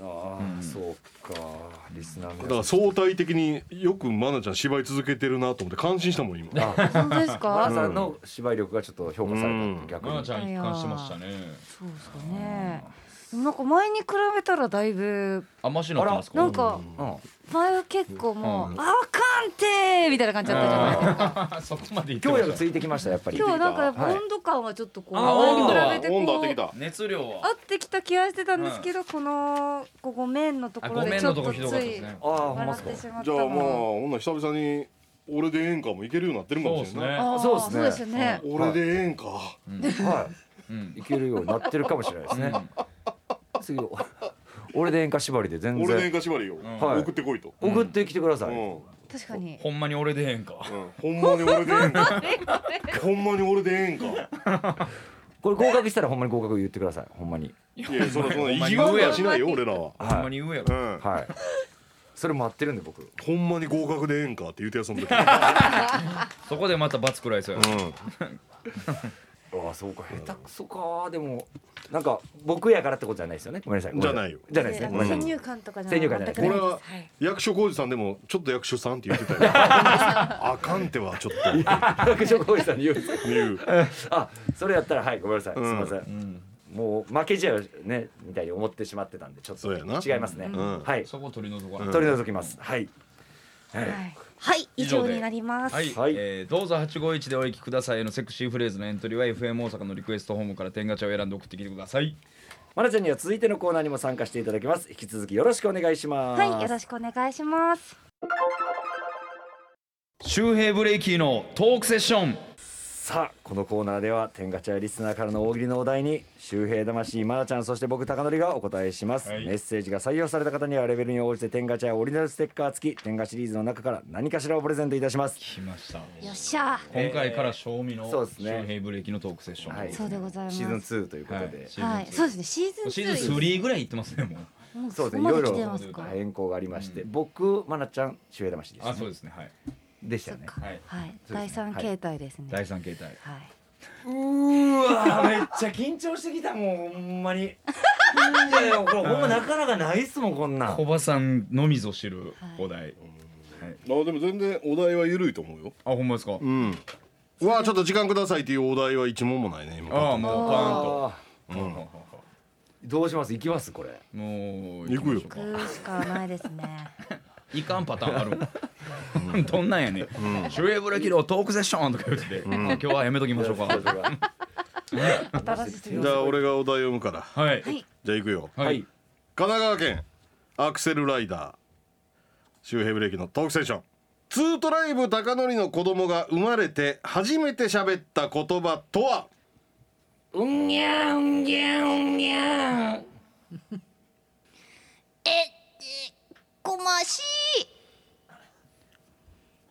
Speaker 2: あーそうかリスナーの
Speaker 1: だから
Speaker 2: 皆さん
Speaker 1: 相対的によく愛菜ちゃん芝居続けてるなと思って感心したもん今
Speaker 4: あ本当です
Speaker 2: マ
Speaker 4: か
Speaker 2: ナさんの芝居力がちょっと評価された逆
Speaker 3: まな
Speaker 2: に
Speaker 3: ちゃん一貫してましたね
Speaker 4: そうですかねなんか前に比べたらだいぶ
Speaker 3: あましなってますか
Speaker 4: なんか
Speaker 2: うん
Speaker 4: 前は結構もう
Speaker 3: う
Speaker 4: 「あわかんて!」みたいな感じだったじゃないですか
Speaker 3: あ そこまで言って
Speaker 2: 強
Speaker 3: まし
Speaker 2: 力
Speaker 3: た
Speaker 2: ついてきましたやっぱり
Speaker 4: 今日はなんかやっぱ
Speaker 2: はい
Speaker 4: 温度感はちょっとこう
Speaker 3: あ
Speaker 4: 前に
Speaker 3: 温度は
Speaker 4: 比べてこう
Speaker 1: 温度合ってきた
Speaker 3: 熱量
Speaker 4: 合
Speaker 3: は
Speaker 4: ってきた気がしてたんですけどこのここ面のとこ
Speaker 3: あ
Speaker 4: ろ
Speaker 3: ご
Speaker 4: で
Speaker 3: めん
Speaker 4: ちょ
Speaker 3: の
Speaker 4: っ
Speaker 3: とこと
Speaker 4: つ
Speaker 3: ひどかったで
Speaker 4: い
Speaker 3: すね
Speaker 2: ああほんまっ
Speaker 4: 笑
Speaker 2: す
Speaker 4: っ
Speaker 2: か
Speaker 4: てしまっ
Speaker 1: じゃ
Speaker 4: た
Speaker 1: あまあ
Speaker 4: の
Speaker 1: ほんなら久々に俺でええんかもいけるようになってるか
Speaker 3: そう
Speaker 1: も
Speaker 3: で
Speaker 1: し
Speaker 3: す
Speaker 1: れんない
Speaker 3: ね
Speaker 4: あー
Speaker 2: そうっすね
Speaker 4: そうですよね
Speaker 1: 俺でええんか
Speaker 2: は
Speaker 3: うん
Speaker 2: いいけるようになってるかもしれないですね次お俺で演歌縛りで全
Speaker 1: 俺でええん
Speaker 2: 然
Speaker 1: か縛りよ
Speaker 3: ん
Speaker 2: はい
Speaker 1: 送ってこいと
Speaker 2: 送ってきてくだ
Speaker 1: う
Speaker 2: さい
Speaker 1: ん
Speaker 4: 確かに
Speaker 3: ほんまに俺でええんか
Speaker 1: うんほんまに俺でええん かほんまに俺でええんか
Speaker 2: これ合格したらほんまに合格言ってくださいほんまに
Speaker 1: いやそんなそんな
Speaker 3: ほん
Speaker 1: 意
Speaker 3: ま
Speaker 1: 地
Speaker 3: に言う
Speaker 1: 悪
Speaker 3: や
Speaker 1: は
Speaker 3: ろ
Speaker 1: しないよ俺らは
Speaker 3: ほんまに言うや
Speaker 1: う
Speaker 3: ろ
Speaker 1: ん
Speaker 2: はいそれ待ってるんで僕
Speaker 1: ほんまに合格でええんかって言うてやその時
Speaker 3: そこでまた罰食らいそうや
Speaker 1: う
Speaker 2: ああそうか下手くそかでもなんか僕やからってことじゃないですよねごめんなさい
Speaker 1: じゃないよ
Speaker 2: じゃないですねごめんな
Speaker 4: 先
Speaker 2: さい
Speaker 4: 入観とかじゃ
Speaker 2: 先入観じゃない
Speaker 4: 全くな
Speaker 1: これ
Speaker 4: いです
Speaker 1: は
Speaker 4: はい
Speaker 1: 役所広司さんでもちょっと役所さんって言ってたよ あかんてはちょっ
Speaker 2: 白書講師さんに言うんですか
Speaker 1: と 言う
Speaker 2: あそれやったらはいごめんなさいす
Speaker 1: う
Speaker 2: い
Speaker 1: ん
Speaker 2: ません
Speaker 3: うん
Speaker 2: もう負けじゃねみたいに思ってしまってたんでちょっと
Speaker 1: そうやな
Speaker 2: 違いますね、
Speaker 1: ん
Speaker 2: はい
Speaker 3: そこ取り除かない
Speaker 2: 取り除きます、はい、
Speaker 4: はいはい以上になります
Speaker 3: はい、
Speaker 2: はい
Speaker 3: えーどうぞ851でお聞きくださいのセクシーフレーズのエントリーは FM 大阪のリクエストホームから天ガチャを選んで送ってきてください
Speaker 2: まなちゃんには続いてのコーナーにも参加していただきます引き続きよろしくお願いします
Speaker 4: はい、よろしくお願いします。
Speaker 3: 周平ブレイキーのトークセッション
Speaker 2: さあこのコーナーでは天ガチャリスナーからの大喜利のお題に周平魂まなちゃんそして僕高則がお答えします、
Speaker 3: はい
Speaker 2: メッセージが採用された方にはレベルに応じて天ガチャオリジナルステッカー付き天ガシリーズの中から何かしらをプレゼントいたします
Speaker 3: 来ました
Speaker 4: よっしゃ。
Speaker 3: 今回から賞味の
Speaker 2: そう
Speaker 3: 周
Speaker 2: ですね
Speaker 3: 平ブレイキーのトークセッション、
Speaker 2: はい
Speaker 4: そうでございます
Speaker 2: シーズン2ということで、
Speaker 3: シ
Speaker 4: は
Speaker 3: ー
Speaker 4: い、
Speaker 3: ズンツー
Speaker 4: そうですね。シーズン2
Speaker 3: シーズン3ぐらい行ってますねもう
Speaker 4: もう
Speaker 2: そ
Speaker 4: そうこ
Speaker 2: ですねい
Speaker 4: ま
Speaker 2: ろ
Speaker 4: で
Speaker 2: い
Speaker 4: 来てます
Speaker 2: ろ
Speaker 4: か。
Speaker 2: はい
Speaker 4: はい。
Speaker 2: 変更がありまして、僕まなちゃん周平魂です、ね、
Speaker 3: あそうですねはい
Speaker 2: でしたよね
Speaker 4: そっか
Speaker 3: はい
Speaker 4: はい、
Speaker 2: そうで
Speaker 4: 第
Speaker 2: すね
Speaker 4: 三形態ですね。
Speaker 3: 第三形態
Speaker 4: はい。
Speaker 2: うーわーめっちゃ緊張してきたもうほんまに。いやいやこれほんまなかなかないっすもんこんなん。
Speaker 3: 小バさんのみぞ知るお題。
Speaker 1: あでも全然お題は緩いと思うよ
Speaker 3: あ、ほんまですか
Speaker 1: う。んうわちょっと時間くださいっていうお題は一問もないね今
Speaker 3: ああ、もうパーンと。
Speaker 2: あーどうします行きますこれ。
Speaker 3: もう。
Speaker 1: 行くよ
Speaker 3: きましょうか
Speaker 4: 行くしかないです ね。
Speaker 3: いかんパターンある。 どんなんやねん。シュエブレキロトークセッションとか言ってて、 まあ今日はやめときましょうか。
Speaker 4: 新しい。
Speaker 1: じゃあ俺がお題を読むから
Speaker 3: はい。
Speaker 1: じゃあ行くよ
Speaker 2: は
Speaker 3: はいい。
Speaker 1: 神奈川県アクセルライダー周平ブレーキのトークセッションツートライブ高典の子供が生まれて初めて喋った言葉とは
Speaker 2: うんぎゃうんぎゃうんぎゃん。
Speaker 5: こましい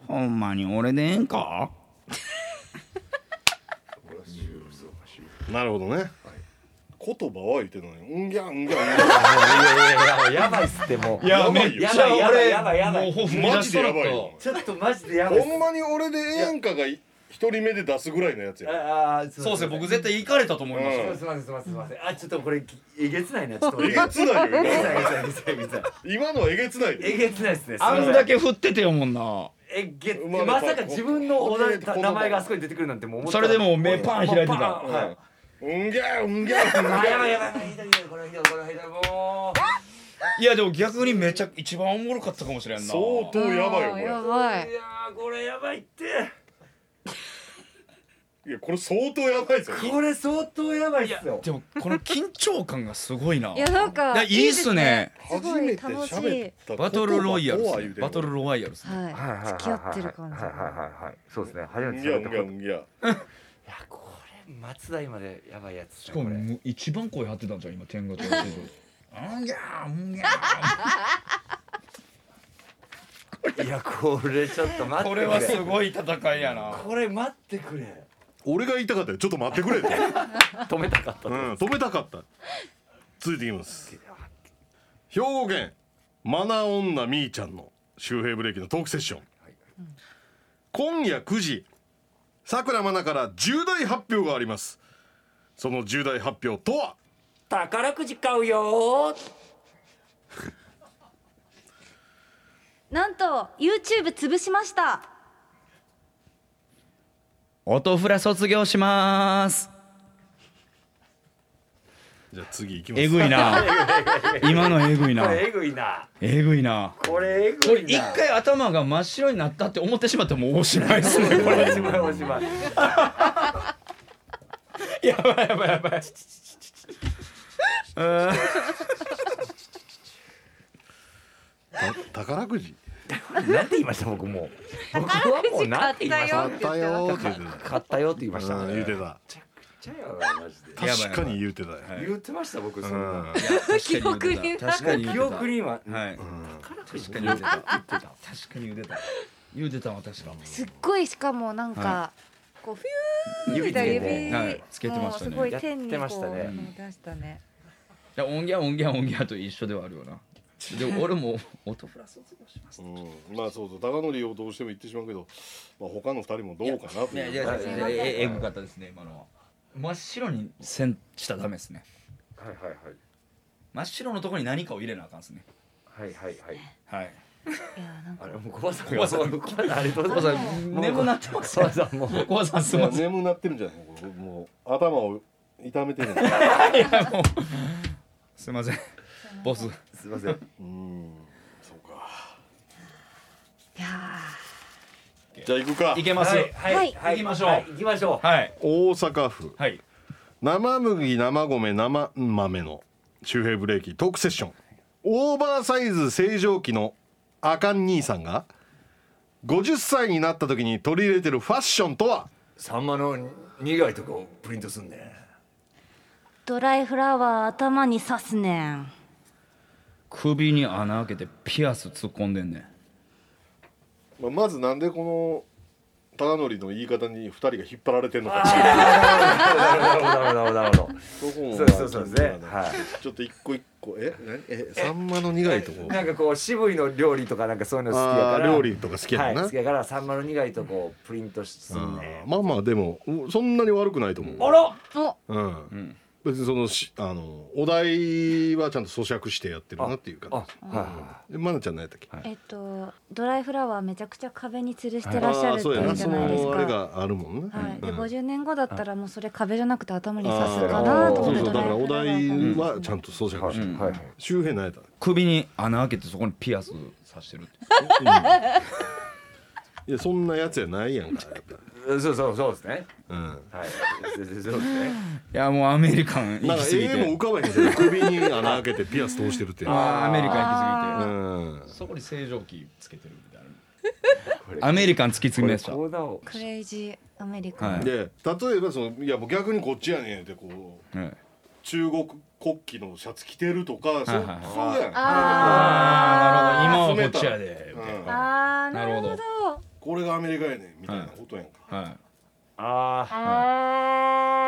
Speaker 3: ほんまに俺でええんか
Speaker 1: なるほどね、言葉は言ってないうんぎゃんぎゃん
Speaker 2: いややばいっすってもう。
Speaker 3: いや、めっ
Speaker 2: や
Speaker 3: ち
Speaker 2: ば
Speaker 3: ゃ
Speaker 2: いやばいやばい
Speaker 3: 俺、
Speaker 2: やばい。
Speaker 3: もう踏み出しとら
Speaker 1: マジでや
Speaker 3: っ
Speaker 1: ばい
Speaker 3: と
Speaker 1: よ。
Speaker 2: ちょっとマジでやばいっす。
Speaker 1: ほんまに俺でええんかが一人目で出すぐらいのやつや
Speaker 2: ああ
Speaker 3: そうですね、僕絶対行かれたと思いまし
Speaker 1: うん
Speaker 2: すみませんすみませんすみませんあちょっとこれきえげつないなちょっと
Speaker 1: え
Speaker 2: 俺
Speaker 1: げつないよ
Speaker 2: えげつ
Speaker 1: 今
Speaker 2: ないえげつないえげつない
Speaker 1: 今のはえげつない
Speaker 2: え
Speaker 1: で
Speaker 2: げつないですねすい
Speaker 3: た。
Speaker 2: ま
Speaker 3: あ
Speaker 2: せ
Speaker 3: んだけ振っててよもんな。
Speaker 2: えげつ
Speaker 1: うまい
Speaker 2: まさか自分のお題
Speaker 1: この
Speaker 2: 名前があそこに出てくるなんてもう思って
Speaker 3: そ
Speaker 2: な
Speaker 3: れ
Speaker 2: い
Speaker 3: でもう目パン開いてた。
Speaker 2: もうパンはい
Speaker 1: うんぎゃんうんぎゃんうんぎゃ
Speaker 2: あ
Speaker 1: ん
Speaker 2: やばいやばいやばいひどいひどいこれひどいこれひどいもう
Speaker 3: いやでも逆にめちゃ一番おもろかったかもしれんな。
Speaker 1: 相当やばいよこれ
Speaker 5: やばい
Speaker 2: いやーこれやばいって
Speaker 1: いやこれ相当やばいですよ
Speaker 2: これ相当やばいっすよ
Speaker 3: でもこの緊張感がすごいな。
Speaker 4: いやなん
Speaker 3: い
Speaker 4: か
Speaker 3: やいいっすね。
Speaker 4: すごい楽しい。
Speaker 1: た
Speaker 3: バトルロイヤルっすね
Speaker 1: 言うてんの
Speaker 3: バトルロワイヤルっすね。
Speaker 2: はいはいはい
Speaker 4: はい。付き合ってる感じ。
Speaker 2: はいはいはいはいそうですね初
Speaker 1: う
Speaker 2: め
Speaker 1: ん
Speaker 2: て
Speaker 1: ぎゃん
Speaker 2: 喋った
Speaker 1: ぎ
Speaker 2: こ
Speaker 1: ゃ
Speaker 2: と
Speaker 1: んぎゃん
Speaker 2: いやこれ松田今でやばいやつ
Speaker 3: しかももう一番声張ってたんじゃん今天狗とやってる。うんぎゃーうんぎゃ
Speaker 2: いやこれちょっと
Speaker 3: ー
Speaker 2: 待って
Speaker 3: こ
Speaker 2: く
Speaker 3: れ
Speaker 2: れ
Speaker 3: はすごい戦いやな。
Speaker 2: これ待ってくれ
Speaker 1: 俺が言いたかったよちょっと待ってくれ って、
Speaker 2: 止めたかった
Speaker 1: うん、止めたかった続いていきます兵庫県マナ女みーちゃんの周平ブレーキのトークセッション、今夜9時さくらまなから重大発表がありますその重大発表とは
Speaker 2: 宝くじ買うよ
Speaker 4: なんと YouTube 潰しました。
Speaker 3: 音フラ卒業します。
Speaker 1: じゃあ次いきます
Speaker 3: えぐいな。今のえぐい
Speaker 2: こ
Speaker 3: な。
Speaker 2: れえぐいな
Speaker 3: えぐいな。
Speaker 2: これえ
Speaker 3: こ
Speaker 2: ぐ
Speaker 3: れ
Speaker 2: い
Speaker 3: 一
Speaker 2: な
Speaker 3: 回頭が真っ白になったって思ってしまってもうおしまいですね。これ
Speaker 2: おしまいおしまい
Speaker 3: やばいやばいやばい。
Speaker 1: た宝くじ
Speaker 2: なんて言いました僕もう僕はもうなんて言いま
Speaker 1: 買
Speaker 2: した
Speaker 1: ったよーって言って
Speaker 2: 買ったよって言いました
Speaker 1: た、うん、言うて
Speaker 2: め
Speaker 1: た
Speaker 2: ちゃやばいマジで
Speaker 3: やばいやばい
Speaker 1: 確かに言うてたよ、
Speaker 2: 言ってました僕そん
Speaker 1: う
Speaker 2: なん
Speaker 3: 記憶に確かに
Speaker 2: 記憶には
Speaker 3: はい
Speaker 2: 宝くじ
Speaker 3: 確か
Speaker 2: 買
Speaker 3: に
Speaker 2: うよ言ってた
Speaker 3: 言うてた確かに言うてた言うてたわ確か
Speaker 4: すっごいしかもなんか、
Speaker 3: は
Speaker 4: こうフィューみたいな指、
Speaker 3: 指はいつけてましたね
Speaker 4: もうすごい天
Speaker 2: や
Speaker 4: にこ
Speaker 2: ってました
Speaker 4: う、
Speaker 2: ね
Speaker 4: 出したね。
Speaker 3: で音ギャ音ギャ音ギャと一緒ではあるよなでも俺も音プラス卒業します
Speaker 1: うん、まあそうそう高典をどうしても言ってしまうけど、まあ、他の二人もどうかなと
Speaker 3: いや
Speaker 1: い
Speaker 3: いうやいやいや
Speaker 4: いません
Speaker 3: ええぐかったですね今のは真っ白に線したらダメですね
Speaker 2: はいはいはい
Speaker 3: 真っ白のところに何かを入れなあかんですね
Speaker 2: はいはいはい
Speaker 3: はい
Speaker 4: いやなんか
Speaker 2: あれもう小バさん
Speaker 3: 小林さ
Speaker 2: 小
Speaker 3: ん
Speaker 2: 林 さんありがとう
Speaker 3: コ
Speaker 2: ご
Speaker 3: バ
Speaker 2: ざ
Speaker 3: さ
Speaker 2: います
Speaker 3: ん眠なってます
Speaker 2: 小バさんもう
Speaker 3: コバさんすい
Speaker 1: や
Speaker 3: ません
Speaker 1: 眠なってるんじゃないのこれもう頭を痛めて るんだ
Speaker 3: すいませんボス
Speaker 2: すいません
Speaker 1: うんそうか
Speaker 4: いや
Speaker 1: じゃあ行くか
Speaker 3: いけます
Speaker 2: は
Speaker 3: よ
Speaker 2: いはい
Speaker 4: はい
Speaker 2: はい
Speaker 3: 行きましょう
Speaker 2: はい行きましょう
Speaker 3: はい
Speaker 1: 大阪府
Speaker 3: はい
Speaker 1: 生麦生米生豆の周平ブレーキトークセッションオーバーサイズ正常期のあかん兄さんが50歳になった時に取り入れてるファッションとは
Speaker 6: サンマの苦いとこプリントすんねん
Speaker 4: ドライフラワー頭に刺すねん。
Speaker 3: 首に穴開けてピアス突っ込んでんねん
Speaker 1: まあまずなんでこの忠則の言い方に二人が引っ張られてるのか
Speaker 2: なるほどなるほどなるほ
Speaker 1: そこも
Speaker 2: どそうそうそうですね
Speaker 1: まあ気になる
Speaker 2: はい
Speaker 1: ちょっと一個一個え何えサンマの苦いとこ
Speaker 2: なんかこう渋いの料理とかなんかそういうの好きや
Speaker 1: あ
Speaker 2: か
Speaker 1: ー
Speaker 2: ら
Speaker 1: 料理とか好きや
Speaker 2: は
Speaker 1: も
Speaker 2: い
Speaker 1: んな、
Speaker 2: 好きやからサンマの苦いとこうプリントするね
Speaker 1: あーまあまあでもうそんなに悪くないと思う
Speaker 2: あら
Speaker 4: お
Speaker 1: うん
Speaker 3: うん
Speaker 1: 別にそのしあのお題はちゃんと咀嚼してやってるなっていう
Speaker 2: あ
Speaker 1: か
Speaker 2: は
Speaker 1: でマナちゃん何やったっけ
Speaker 4: えっとドライフラワーめちゃくちゃ壁に吊るしてらっしゃ
Speaker 1: あ
Speaker 4: る
Speaker 1: ー
Speaker 4: っ
Speaker 1: そう
Speaker 4: て
Speaker 1: や
Speaker 4: い
Speaker 1: な
Speaker 4: うじゃ
Speaker 1: そ
Speaker 4: ないです
Speaker 1: のあれ
Speaker 4: か。
Speaker 1: があるもんね、
Speaker 4: はい、で
Speaker 1: うん
Speaker 4: 50年後だったらもうそれ壁じゃなくて頭に刺
Speaker 1: あ
Speaker 4: す
Speaker 1: ー
Speaker 4: かなと
Speaker 1: そ
Speaker 4: 思っ
Speaker 1: う
Speaker 4: て
Speaker 1: そうだからお題
Speaker 4: ドライフラワー
Speaker 1: はちゃんと咀
Speaker 2: いは
Speaker 1: 嚼
Speaker 2: い
Speaker 1: して、
Speaker 3: うん
Speaker 2: はい
Speaker 1: 周辺何やったっけ
Speaker 3: 首に穴開けてそこにピアスさしてるって
Speaker 1: いやそんなやつやないやんかやっ
Speaker 2: そうそうそうですね
Speaker 1: ぱ、うん
Speaker 2: はいそうですね
Speaker 3: いやもうアメリカン行
Speaker 1: なんか
Speaker 3: き過ぎ
Speaker 1: 絵も浮
Speaker 3: て
Speaker 1: かばへんけど首に穴開けてピアス通してるっていう
Speaker 3: ああアメリカン行き過ぎ
Speaker 1: うん
Speaker 3: てそこに正常期つけてるみたいなアメリカン突き詰めました
Speaker 2: これコーナーを
Speaker 4: クレイジーアメリカン、
Speaker 3: はい
Speaker 1: で例えばそのいやもう逆にこっちやねんってこう
Speaker 3: はい
Speaker 1: 中国国旗のシャツ着てるとかそ
Speaker 3: はいはい
Speaker 1: そうやん
Speaker 3: ああなる
Speaker 1: 詰
Speaker 3: ほど今は
Speaker 1: め
Speaker 3: こ
Speaker 1: た
Speaker 3: っちやでみたいな
Speaker 4: あー
Speaker 3: な
Speaker 4: な
Speaker 3: る
Speaker 4: る
Speaker 3: ほ
Speaker 4: ほ
Speaker 3: ど
Speaker 4: ど
Speaker 1: これがアメリカやねんみたいなことやんか
Speaker 3: は
Speaker 2: あ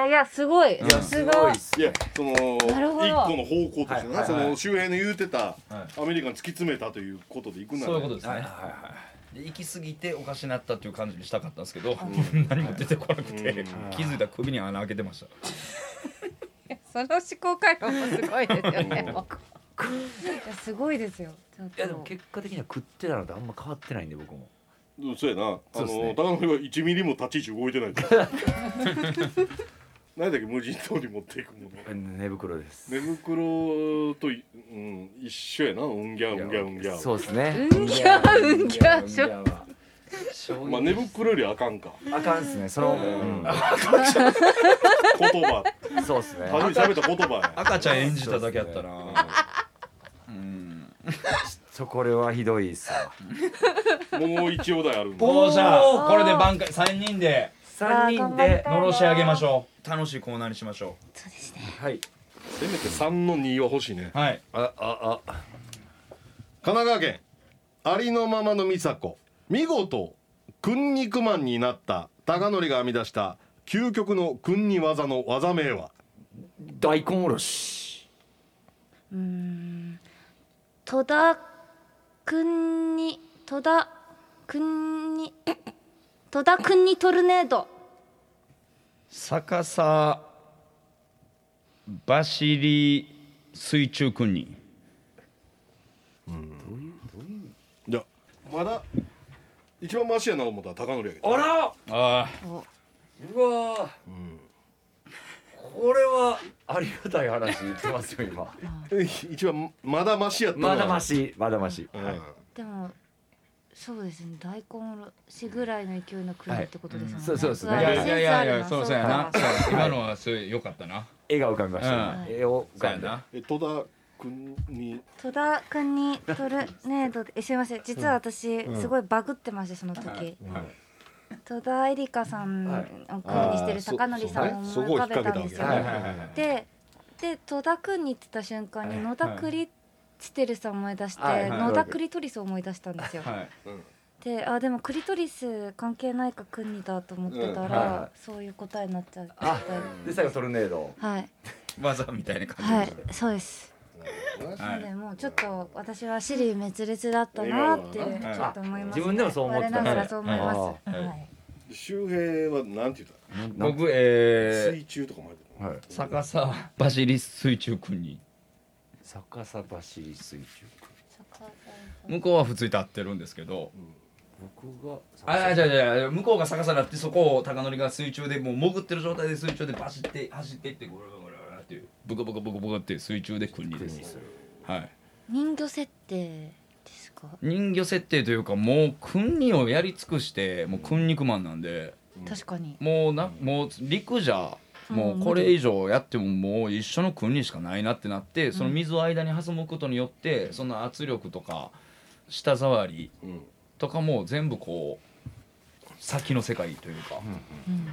Speaker 4: あーいやすごい
Speaker 2: あ
Speaker 4: さ
Speaker 2: す
Speaker 4: す
Speaker 2: ご
Speaker 4: が
Speaker 2: いっす
Speaker 1: いや
Speaker 2: ね
Speaker 1: その
Speaker 4: なるほど
Speaker 1: 一個の方向として
Speaker 2: はいはいは
Speaker 1: ないその周辺の言うてた
Speaker 3: は
Speaker 1: アメリカン突き詰めたということでいく
Speaker 3: い
Speaker 1: なら
Speaker 3: そういうことです
Speaker 2: はいはい
Speaker 3: ね
Speaker 2: は
Speaker 3: で行き過ぎておかしなったっていう感じにしたかったんですけど 何も出てこなくて気づいたら首に穴開けてました
Speaker 4: その思考回路もすごいですよねいやすごいですよちょっ
Speaker 2: いいやでも
Speaker 4: と
Speaker 2: 結果的には食ってたのとあんま変わってないんで僕も
Speaker 1: うんそうやなあ
Speaker 2: そう
Speaker 1: の
Speaker 2: ですね
Speaker 1: 高野は1ミリも立ち位置動いてないから 何だっけ無人島に持っていくもの
Speaker 2: 寝袋です
Speaker 1: 寝袋とい、うん、一緒やなうんぎゃうんぎゃうんぎゃ
Speaker 2: そうですね
Speaker 4: うんぎゃうんぎゃしょ
Speaker 2: ょ
Speaker 1: まあ寝袋よりあかんか
Speaker 2: あかんっすねその、うん
Speaker 1: 言 葉
Speaker 2: そうっすね
Speaker 1: 初めて喋った言葉や
Speaker 3: 赤ちゃん演じただけやったなうん
Speaker 2: ちょこれはひどいっす わ
Speaker 1: もう一お題あるんだ
Speaker 3: おーじゃあこれで挽回3人で
Speaker 2: 3人で
Speaker 3: のろし上げましょう楽しいコーナーにしましょ
Speaker 2: はい
Speaker 1: せめて3の2は欲しいね
Speaker 3: うはい
Speaker 1: あああ神奈川県ありのままの美佐子見事くん肉マンになった高則が編み出した究極のくんに技の技名は
Speaker 2: 大根おろし
Speaker 4: 戸田くんに戸田くんに戸田くんにトルネード
Speaker 3: 逆さ走り水中君に
Speaker 1: じゃまだ一番マシやな思ったら高則やけど
Speaker 2: あら
Speaker 3: あ
Speaker 2: うわー、これはありがたい話言ってますよ今
Speaker 1: え 一番まだマシやったのは
Speaker 2: まだましまだまし、
Speaker 1: うん
Speaker 2: はい
Speaker 4: でもそうですね大根おろしぐらいの勢いの国ってことですもん
Speaker 2: は
Speaker 4: ね、
Speaker 2: いうんそうそうですね
Speaker 3: あ
Speaker 4: わ
Speaker 3: いやい
Speaker 4: セン
Speaker 3: やい
Speaker 4: スあ
Speaker 3: やい
Speaker 4: る
Speaker 3: やそうそうやなそう今のはすごい良かったな
Speaker 2: 絵が浮かびました、
Speaker 3: うん
Speaker 2: 絵を浮
Speaker 3: そう
Speaker 2: か
Speaker 3: や
Speaker 2: んだ
Speaker 3: な
Speaker 1: え戸田君に
Speaker 4: 戸田くんにトルネードでえすいません実は私すごいバグってましてその時、戸田恵梨香さんをくんにしてる坂典さんを
Speaker 1: あーそ
Speaker 4: 思い浮かべたんです
Speaker 1: そ
Speaker 4: よ、
Speaker 1: こを引っ掛けたわけね
Speaker 2: はいはいはい
Speaker 4: でで戸田くんにって言った瞬間に野田クリステルスを思い出して、
Speaker 2: はいはい
Speaker 4: 野田クリトリスを思い出したんですよ、
Speaker 3: はい
Speaker 4: であでもクリトリス関係ないかくんにだと思ってたら、
Speaker 2: うんは
Speaker 4: そういう答えになっちゃって
Speaker 2: あで最後トルネード
Speaker 4: はい
Speaker 3: 技みたいな感じで
Speaker 4: はいそうですなのでもうちょっと私は支離滅裂だったなってちょ
Speaker 1: 笑
Speaker 3: 顔がな
Speaker 4: っと思います、
Speaker 2: 自分でもそう思ってた
Speaker 4: 我ながらそう思います、
Speaker 3: は
Speaker 4: はいい
Speaker 1: 周平はなんて言った
Speaker 3: 僕え
Speaker 1: 水中とかも入ってる
Speaker 2: ーはい
Speaker 3: ー、逆さ走り水中君に
Speaker 2: 逆さ走り水中
Speaker 3: 向こうは普通に立ってるんですけど
Speaker 2: 僕が
Speaker 3: あじゃあじゃあ向こうが逆さになってそこを高則が水中でもう潜ってる状態で水中で走って走っていってゴロゴロゴロゴロっていうブクブクブクブクっていう水中で君にですはい
Speaker 4: 人魚設定ですか、
Speaker 3: 人魚設定というかもう君にをやり尽くしてもう君肉マンなんで
Speaker 4: 確かに
Speaker 3: もうなもう陸じゃもうこれ以上やってももう一緒の君にしかないなってなってその水を間に挟むことによってその圧力とか舌触り
Speaker 1: うん
Speaker 3: とかも全部こう先の世界というか、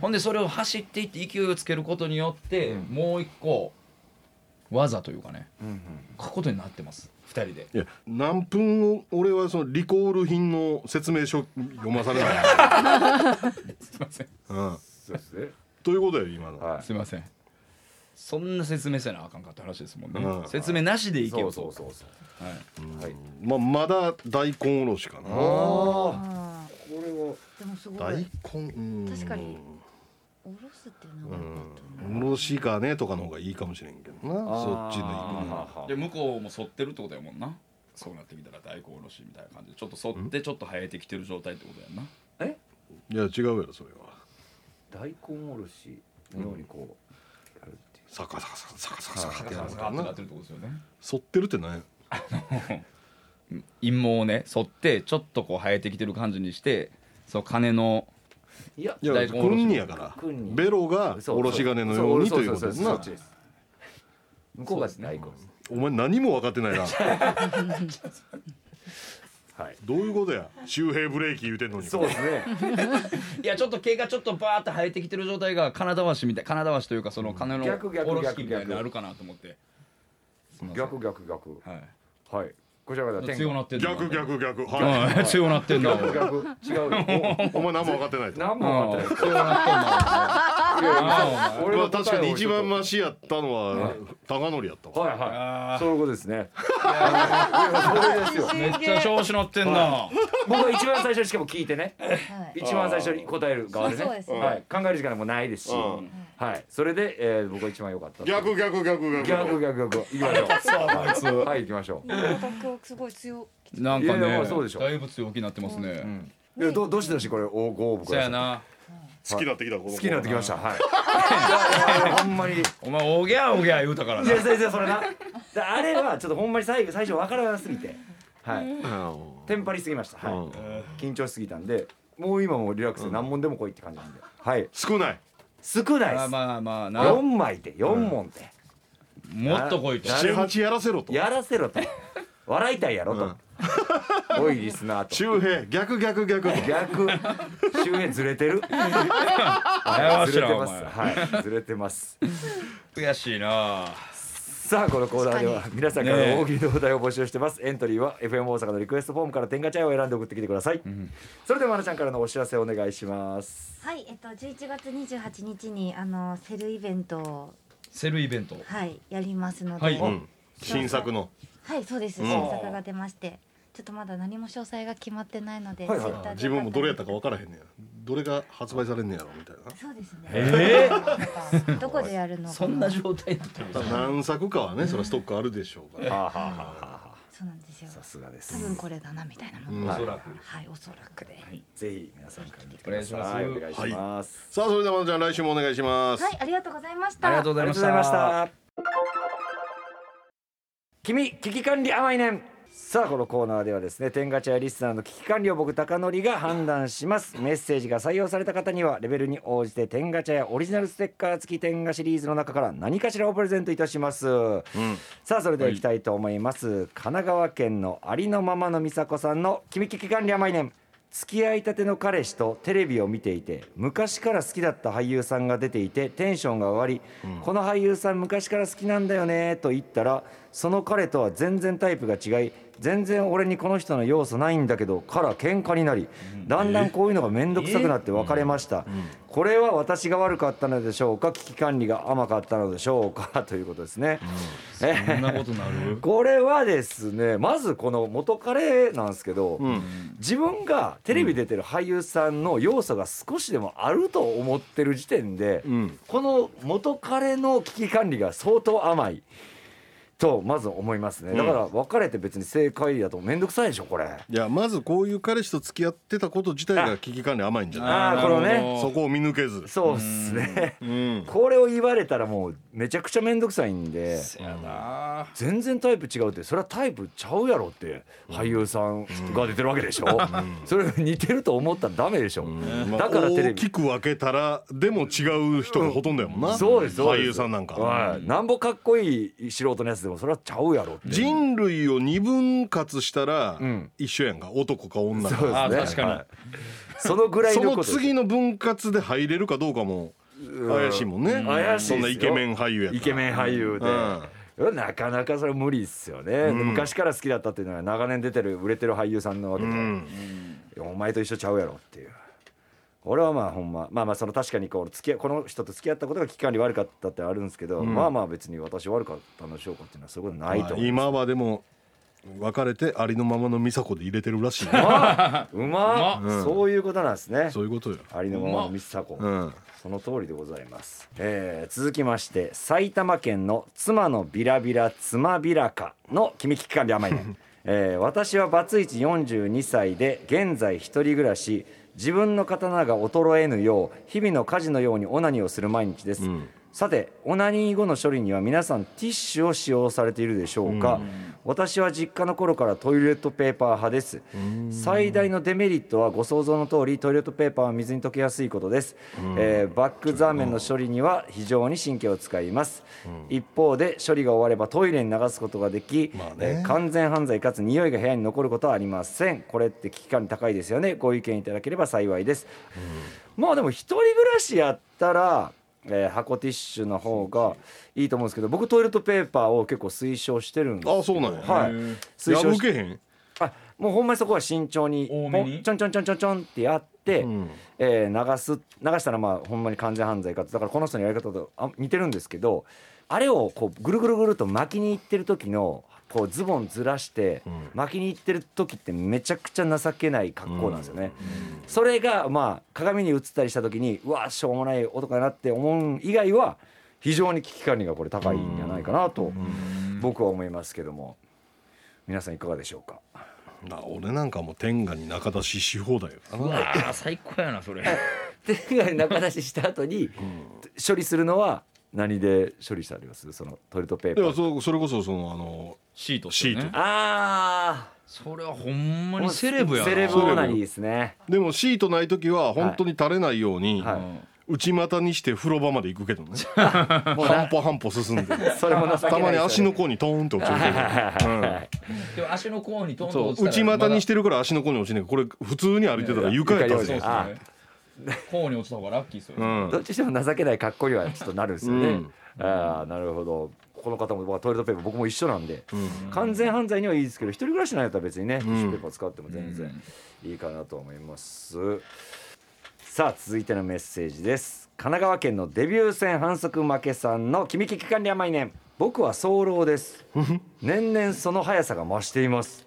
Speaker 3: ほんでそれを走っていって勢いをつけることによって、もう一個技というかね
Speaker 2: うんうん
Speaker 3: 書くことになってます二人で
Speaker 1: いや何分俺はそのリコール品の説明書読まされない、
Speaker 3: すいません
Speaker 1: うん、
Speaker 6: そうですね。
Speaker 1: ということよ今の、
Speaker 2: はい
Speaker 3: すいませんそんな説明せなあかんかって話ですもんね、
Speaker 1: うん
Speaker 3: 説明なしでいけ
Speaker 2: そ
Speaker 3: よ
Speaker 2: う
Speaker 3: と
Speaker 2: そうそうそう
Speaker 3: はい、
Speaker 1: まあ、まだ大根おろしかな
Speaker 2: あ
Speaker 4: あ
Speaker 6: これは
Speaker 4: ーでもすご
Speaker 1: 大
Speaker 4: い
Speaker 1: 根うん
Speaker 5: 確かにおろすっていうのは分かったな
Speaker 1: おろし金とかの方がいいかもしれんけどな
Speaker 2: あ
Speaker 1: そっちの
Speaker 2: あ
Speaker 3: で向こうも剃ってるってことやもんなそうなってきたら大根おろしみたいな感じでちょっと剃ってちょっと生えてきてる状態ってことやんな
Speaker 2: え
Speaker 1: いや違うやろそれは
Speaker 2: 大根おろしのようにこうやるってい
Speaker 1: サカサカサカサカサカサカっ
Speaker 3: ガ
Speaker 1: て
Speaker 3: サ
Speaker 1: や
Speaker 3: ガ
Speaker 1: る
Speaker 3: サ
Speaker 1: から
Speaker 3: ガってなっ
Speaker 1: な
Speaker 3: てるってことですよね
Speaker 1: 剃ってるって何や
Speaker 3: 陰毛をね剃ってちょっとこう生えてきてる感じにしてそう金の
Speaker 2: ういや
Speaker 1: いや
Speaker 3: 大根おろし
Speaker 1: 君にやから
Speaker 2: 君に
Speaker 1: ベロがおろし金のようにということ
Speaker 2: で
Speaker 1: やん
Speaker 2: す
Speaker 1: な
Speaker 2: 向こうが大根です
Speaker 1: お前何も分かってないな
Speaker 2: はい
Speaker 1: どういうことや周平ブレーキ言うてんのに
Speaker 2: そうですね
Speaker 3: いやちょっと毛がちょっとバーって生えてきてる状態が金沢市みたい金沢市というかその金の
Speaker 2: 逆逆
Speaker 3: おろし
Speaker 2: 逆
Speaker 3: 器みたいに
Speaker 2: 逆
Speaker 3: なるかなと思ってすいません
Speaker 2: 逆逆逆
Speaker 3: は
Speaker 2: は
Speaker 3: い
Speaker 2: いこちらが天
Speaker 3: 強な
Speaker 2: 狗
Speaker 3: ってんな
Speaker 1: 逆逆逆は
Speaker 3: はい強なってんなお
Speaker 2: 逆
Speaker 3: い
Speaker 2: 逆違うよ
Speaker 1: いお前何も分かってないと
Speaker 2: 何も
Speaker 3: あ
Speaker 2: 分か
Speaker 3: あ強な
Speaker 2: ってないいやいや
Speaker 3: ああ
Speaker 1: ま
Speaker 2: の
Speaker 1: あ確かに一番
Speaker 2: は
Speaker 1: マシやったのは高典やったわ
Speaker 2: いはい
Speaker 3: あー
Speaker 2: そういうことですねいやそれですよ
Speaker 3: ってんなめっちゃ調子乗ってんな
Speaker 2: 僕は一番最初にしかも聞いてね
Speaker 5: はい
Speaker 2: 一番最初に答える側でね
Speaker 5: そうですね
Speaker 2: はい、考える時間もないですし、
Speaker 1: うん
Speaker 2: はい、それで、えー、僕が一番良かった
Speaker 1: 逆逆逆逆
Speaker 2: 逆逆逆行きましょうはいはい行きましょう、
Speaker 4: オタクすごい強
Speaker 3: なんか
Speaker 2: いやいやま
Speaker 3: ね
Speaker 2: あそうでしょ
Speaker 3: だいぶ強気になってます
Speaker 2: う
Speaker 3: ね
Speaker 2: ん、でどどうしてどうしてこれ大ご応募く
Speaker 3: そ
Speaker 2: だ
Speaker 3: や
Speaker 2: さい
Speaker 3: な
Speaker 1: 好きになってきたこの子
Speaker 2: 好きになってきましたはいい やいやほんまにい
Speaker 3: お前おぎゃおぎゃ言うたからな
Speaker 2: や先生それなであれはちょっとほんまに最後最初わからなすぎてはいテンパりすぎました、はい
Speaker 1: うん
Speaker 2: 緊張しすぎたんでもう今もうリラックスで何問でも来いって感じなんで、はい
Speaker 1: 少ない
Speaker 2: 少ないで
Speaker 3: まあ
Speaker 2: す、
Speaker 3: まあまあな
Speaker 2: 4枚で4問で、
Speaker 3: もっと来いと
Speaker 2: な
Speaker 1: 七八やらせろと
Speaker 2: やらせろと笑いたいやろと、おいリスナーと
Speaker 1: 周平逆逆逆と
Speaker 2: 逆周辺ずれてる
Speaker 3: や
Speaker 2: はい
Speaker 3: わ
Speaker 2: ず
Speaker 3: し
Speaker 2: れ
Speaker 3: ら
Speaker 2: てます
Speaker 3: お前
Speaker 2: はいずれてます
Speaker 3: 悔しいな
Speaker 2: さあこのコーナーでは皆さんからの大喜利のお題を募集してます、エントリーは FM 大阪のリクエストフォームから天下茶屋を選んで送ってきてください、それではまなちゃんからのお知らせお願いします
Speaker 4: はいえっと11月28日にあのセルイベントを
Speaker 3: セルイベント
Speaker 4: はいやりますので
Speaker 3: はい
Speaker 4: お
Speaker 1: うん新作の
Speaker 4: はいそうです
Speaker 1: うん
Speaker 4: 新作が出ましてちょっとまだ何も詳細が決まってないので
Speaker 2: はいはい
Speaker 4: Twitter で
Speaker 1: 自分もどれやったか分からへんねやどれが発売されんねやろみたい
Speaker 4: そうですね
Speaker 3: え
Speaker 4: どこでやるのか
Speaker 3: そんな状態になってる
Speaker 1: な何作かはねそれはストックあるでしょうか
Speaker 2: は
Speaker 1: ら
Speaker 2: あはあはあはあ
Speaker 4: そうなんですよ
Speaker 2: さすがです
Speaker 4: 多分これだなみたいなも
Speaker 1: う
Speaker 4: の
Speaker 1: ん
Speaker 4: が
Speaker 1: はい
Speaker 3: らく
Speaker 4: はいおそらくで
Speaker 2: ぜひ皆さんから見てく
Speaker 3: お
Speaker 2: だ
Speaker 3: 願いします
Speaker 2: さいお願いします、
Speaker 1: さあそれではまなちゃん来週もお願いします
Speaker 4: はいありがとうございました
Speaker 3: ありがとうご
Speaker 2: あ
Speaker 3: ざい
Speaker 2: り
Speaker 3: ま
Speaker 2: がと
Speaker 3: し
Speaker 2: うございましたた。君、危機管理甘いねん。さあこのコーナーではですね天ガチャやリスナーの危機管理を僕高典が判断しますメッセージが採用された方にはレベルに応じて天ガチャやオリジナルステッカー付き天ガシリーズの中から何かしらをプレゼントいたします、さあそれではいきたいと思います、神奈川県のありのままの美佐子さんの「君危機管理甘いねん」付き合いたての彼氏とテレビを見ていて昔から好きだった俳優さんが出ていてテンションが上がり、この俳優さん昔から好きなんだよねと言ったらその彼とは全然タイプが違い全然俺にこの人の要素ないんだけどから喧嘩になりだんだんこういうのが面倒くさくなって別れました、これは私が悪かったのでしょうか危機管理が甘かったのでしょうかということですね、え
Speaker 3: そんなことなる
Speaker 2: これはですねまずこの元彼なんですけど、自分がテレビ出てる俳優さんの要素が少しでもあると思ってる時点で、
Speaker 1: うん
Speaker 2: この元彼の危機管理が相当甘いとまず思いますねだから別れて別に正解だと面倒くさいでしょこれ、
Speaker 1: いやまずこういう彼氏と付き合ってたこと自体が危機管理甘いんじゃない
Speaker 2: ああこの
Speaker 3: なるほ
Speaker 2: ね
Speaker 3: ど
Speaker 1: そこを見抜けず
Speaker 2: そうっすね
Speaker 1: うん
Speaker 2: これを言われたらもうめちゃくちゃ面倒くさいんで
Speaker 3: せやな
Speaker 2: 全然タイプ違うってそれはタイプちゃうやろって俳優さんが出てるわけでしょ、 それ似てると思ったらダメでしょ、
Speaker 1: まあ
Speaker 2: だからテレ
Speaker 1: 大
Speaker 2: ビ
Speaker 1: きく分けたらでも違う人がほとんどやもんな、
Speaker 2: そうですそうです
Speaker 1: 俳優さんなんか、
Speaker 2: はい、なんぼかっこいい素人のやつでもそれはちゃうやろって
Speaker 1: 人類を二分割したら
Speaker 2: ん
Speaker 1: 一緒やんか男か女
Speaker 2: そう
Speaker 1: か
Speaker 3: あ
Speaker 2: ですね
Speaker 3: 確かに
Speaker 2: はいそのぐらい
Speaker 1: その
Speaker 2: のこと
Speaker 1: 次の分割で入れるかどうかも怪しいもんね
Speaker 2: 怪しいです
Speaker 1: そ
Speaker 2: よ
Speaker 1: んなイケメン俳優やったら
Speaker 2: イケメン俳優で、
Speaker 1: うん
Speaker 2: なかなかそれ無理ですよね、
Speaker 1: ん
Speaker 2: 昔から好きだったっていうのは長年出てる売れてる俳優さんのわけ
Speaker 1: う
Speaker 2: で、
Speaker 1: ん
Speaker 2: いやお前と一緒ちゃうやろっていう俺はまあほんままあまあその確かにこう付き合いこの人と付き合ったことが期間に悪かったってあるんですけど、
Speaker 1: うん
Speaker 2: まあまあ別に私悪かったのでしょうかっていうのはそういうことないと思う、
Speaker 1: 今はでも別れてありのままの美佐子で入れてるらしいね
Speaker 2: うまっ
Speaker 1: うん
Speaker 2: そういうことなんですね
Speaker 1: そういうことよ
Speaker 2: ありのままのミスサコ、
Speaker 1: うん
Speaker 2: その通りでございます、えー続きまして埼玉県の妻のビラビラ妻ビラカの君危機管理甘い ね、えー私はバツイチ42歳で現在一人暮らし自分の刀が衰えぬよう日々の家事のようにオナニーをする毎日です、
Speaker 1: うん
Speaker 2: さてオナニー後の処理には皆さんティッシュを使用されているでしょうか、私は実家の頃からトイレットペーパー派です最大のデメリットはご想像の通りトイレットペーパーは水に溶けやすいことです、えーバックザーメンの処理には非常に神経を使います、一方で処理が終わればトイレに流すことができ、
Speaker 1: まあね
Speaker 2: えー完全犯罪かつ匂いが部屋に残ることはありませんこれって危機感高いですよねご意見いただければ幸いです、まあでも一人暮らしやったら、えー箱ティッシュの方がいいと思うんですけど僕トイレットペーパーを結構推奨してるんです
Speaker 1: あそうなんや
Speaker 2: はい
Speaker 1: へー
Speaker 2: 推奨
Speaker 1: 破
Speaker 2: し
Speaker 1: けへん
Speaker 2: あもうほんまにそこは慎重に
Speaker 3: 多めに
Speaker 2: ちょんちょんちょんちょんちょんってやって、
Speaker 1: うん
Speaker 2: えー流す流したらまあほんまに完全犯罪かとだからこの人のやり方とあ似てるんですけどあれをこうぐるぐるぐると巻きにいってる時のこうズボンずらして
Speaker 1: うん
Speaker 2: 巻きにいってる時ってめちゃくちゃ情けない格好なんですよね。それがまあ鏡に映ったりした時にうわしょうもない男だなって思う以外は非常に危機管理がこれ高いんじゃないかなと僕は思いますけども皆さんいかがでしょうか
Speaker 1: な俺なんかもう天下に仲出しし放題よ
Speaker 3: うわー最高やな それ
Speaker 2: 手が仲出しした後に処理するのは何で処理してありますそのトイレットペーパ
Speaker 1: いや
Speaker 2: ー
Speaker 1: そうそれこそそのあの
Speaker 3: シート
Speaker 1: シート
Speaker 3: ね
Speaker 2: あ
Speaker 3: それはほんまにセレブやな
Speaker 2: セレブオナニーですね
Speaker 1: でもシートない時は本当に垂れないように、
Speaker 2: は
Speaker 1: 内股にして風呂場まで行くけど ね
Speaker 2: もう
Speaker 1: 半
Speaker 2: な
Speaker 1: 歩半歩進んで
Speaker 2: それも情けないですよね
Speaker 1: たまに足の甲にトーンと落ちるけど、うん
Speaker 3: でも足の甲にトントン
Speaker 1: そ
Speaker 3: 落
Speaker 1: う
Speaker 3: ちたら
Speaker 1: 内股にしてるから足の甲に落ちないこれ普通に歩いてたら床やった
Speaker 3: ま
Speaker 1: ぜ
Speaker 3: だそ
Speaker 2: いやい
Speaker 3: うです
Speaker 2: や
Speaker 3: ね甲に落ちた方がラッキーですよ
Speaker 1: う
Speaker 3: ね
Speaker 1: ん
Speaker 2: どっちにしても情けない格好にはちょっとなるんですよね、
Speaker 1: うん
Speaker 2: ああなるほどこの方も僕はトイレットペーパー僕も一緒なんで
Speaker 1: うん
Speaker 2: 完全犯罪にはいいですけど一人暮らしなんやったら別にね、ティッシュペーパー使っても全
Speaker 3: う
Speaker 2: 然
Speaker 3: ん
Speaker 2: いいかなと思います、さあ続いてのメッセージです神奈川県のデビュー戦反則負けさんの「君危機管理甘いね僕は早漏です年々その速さが増しています、えー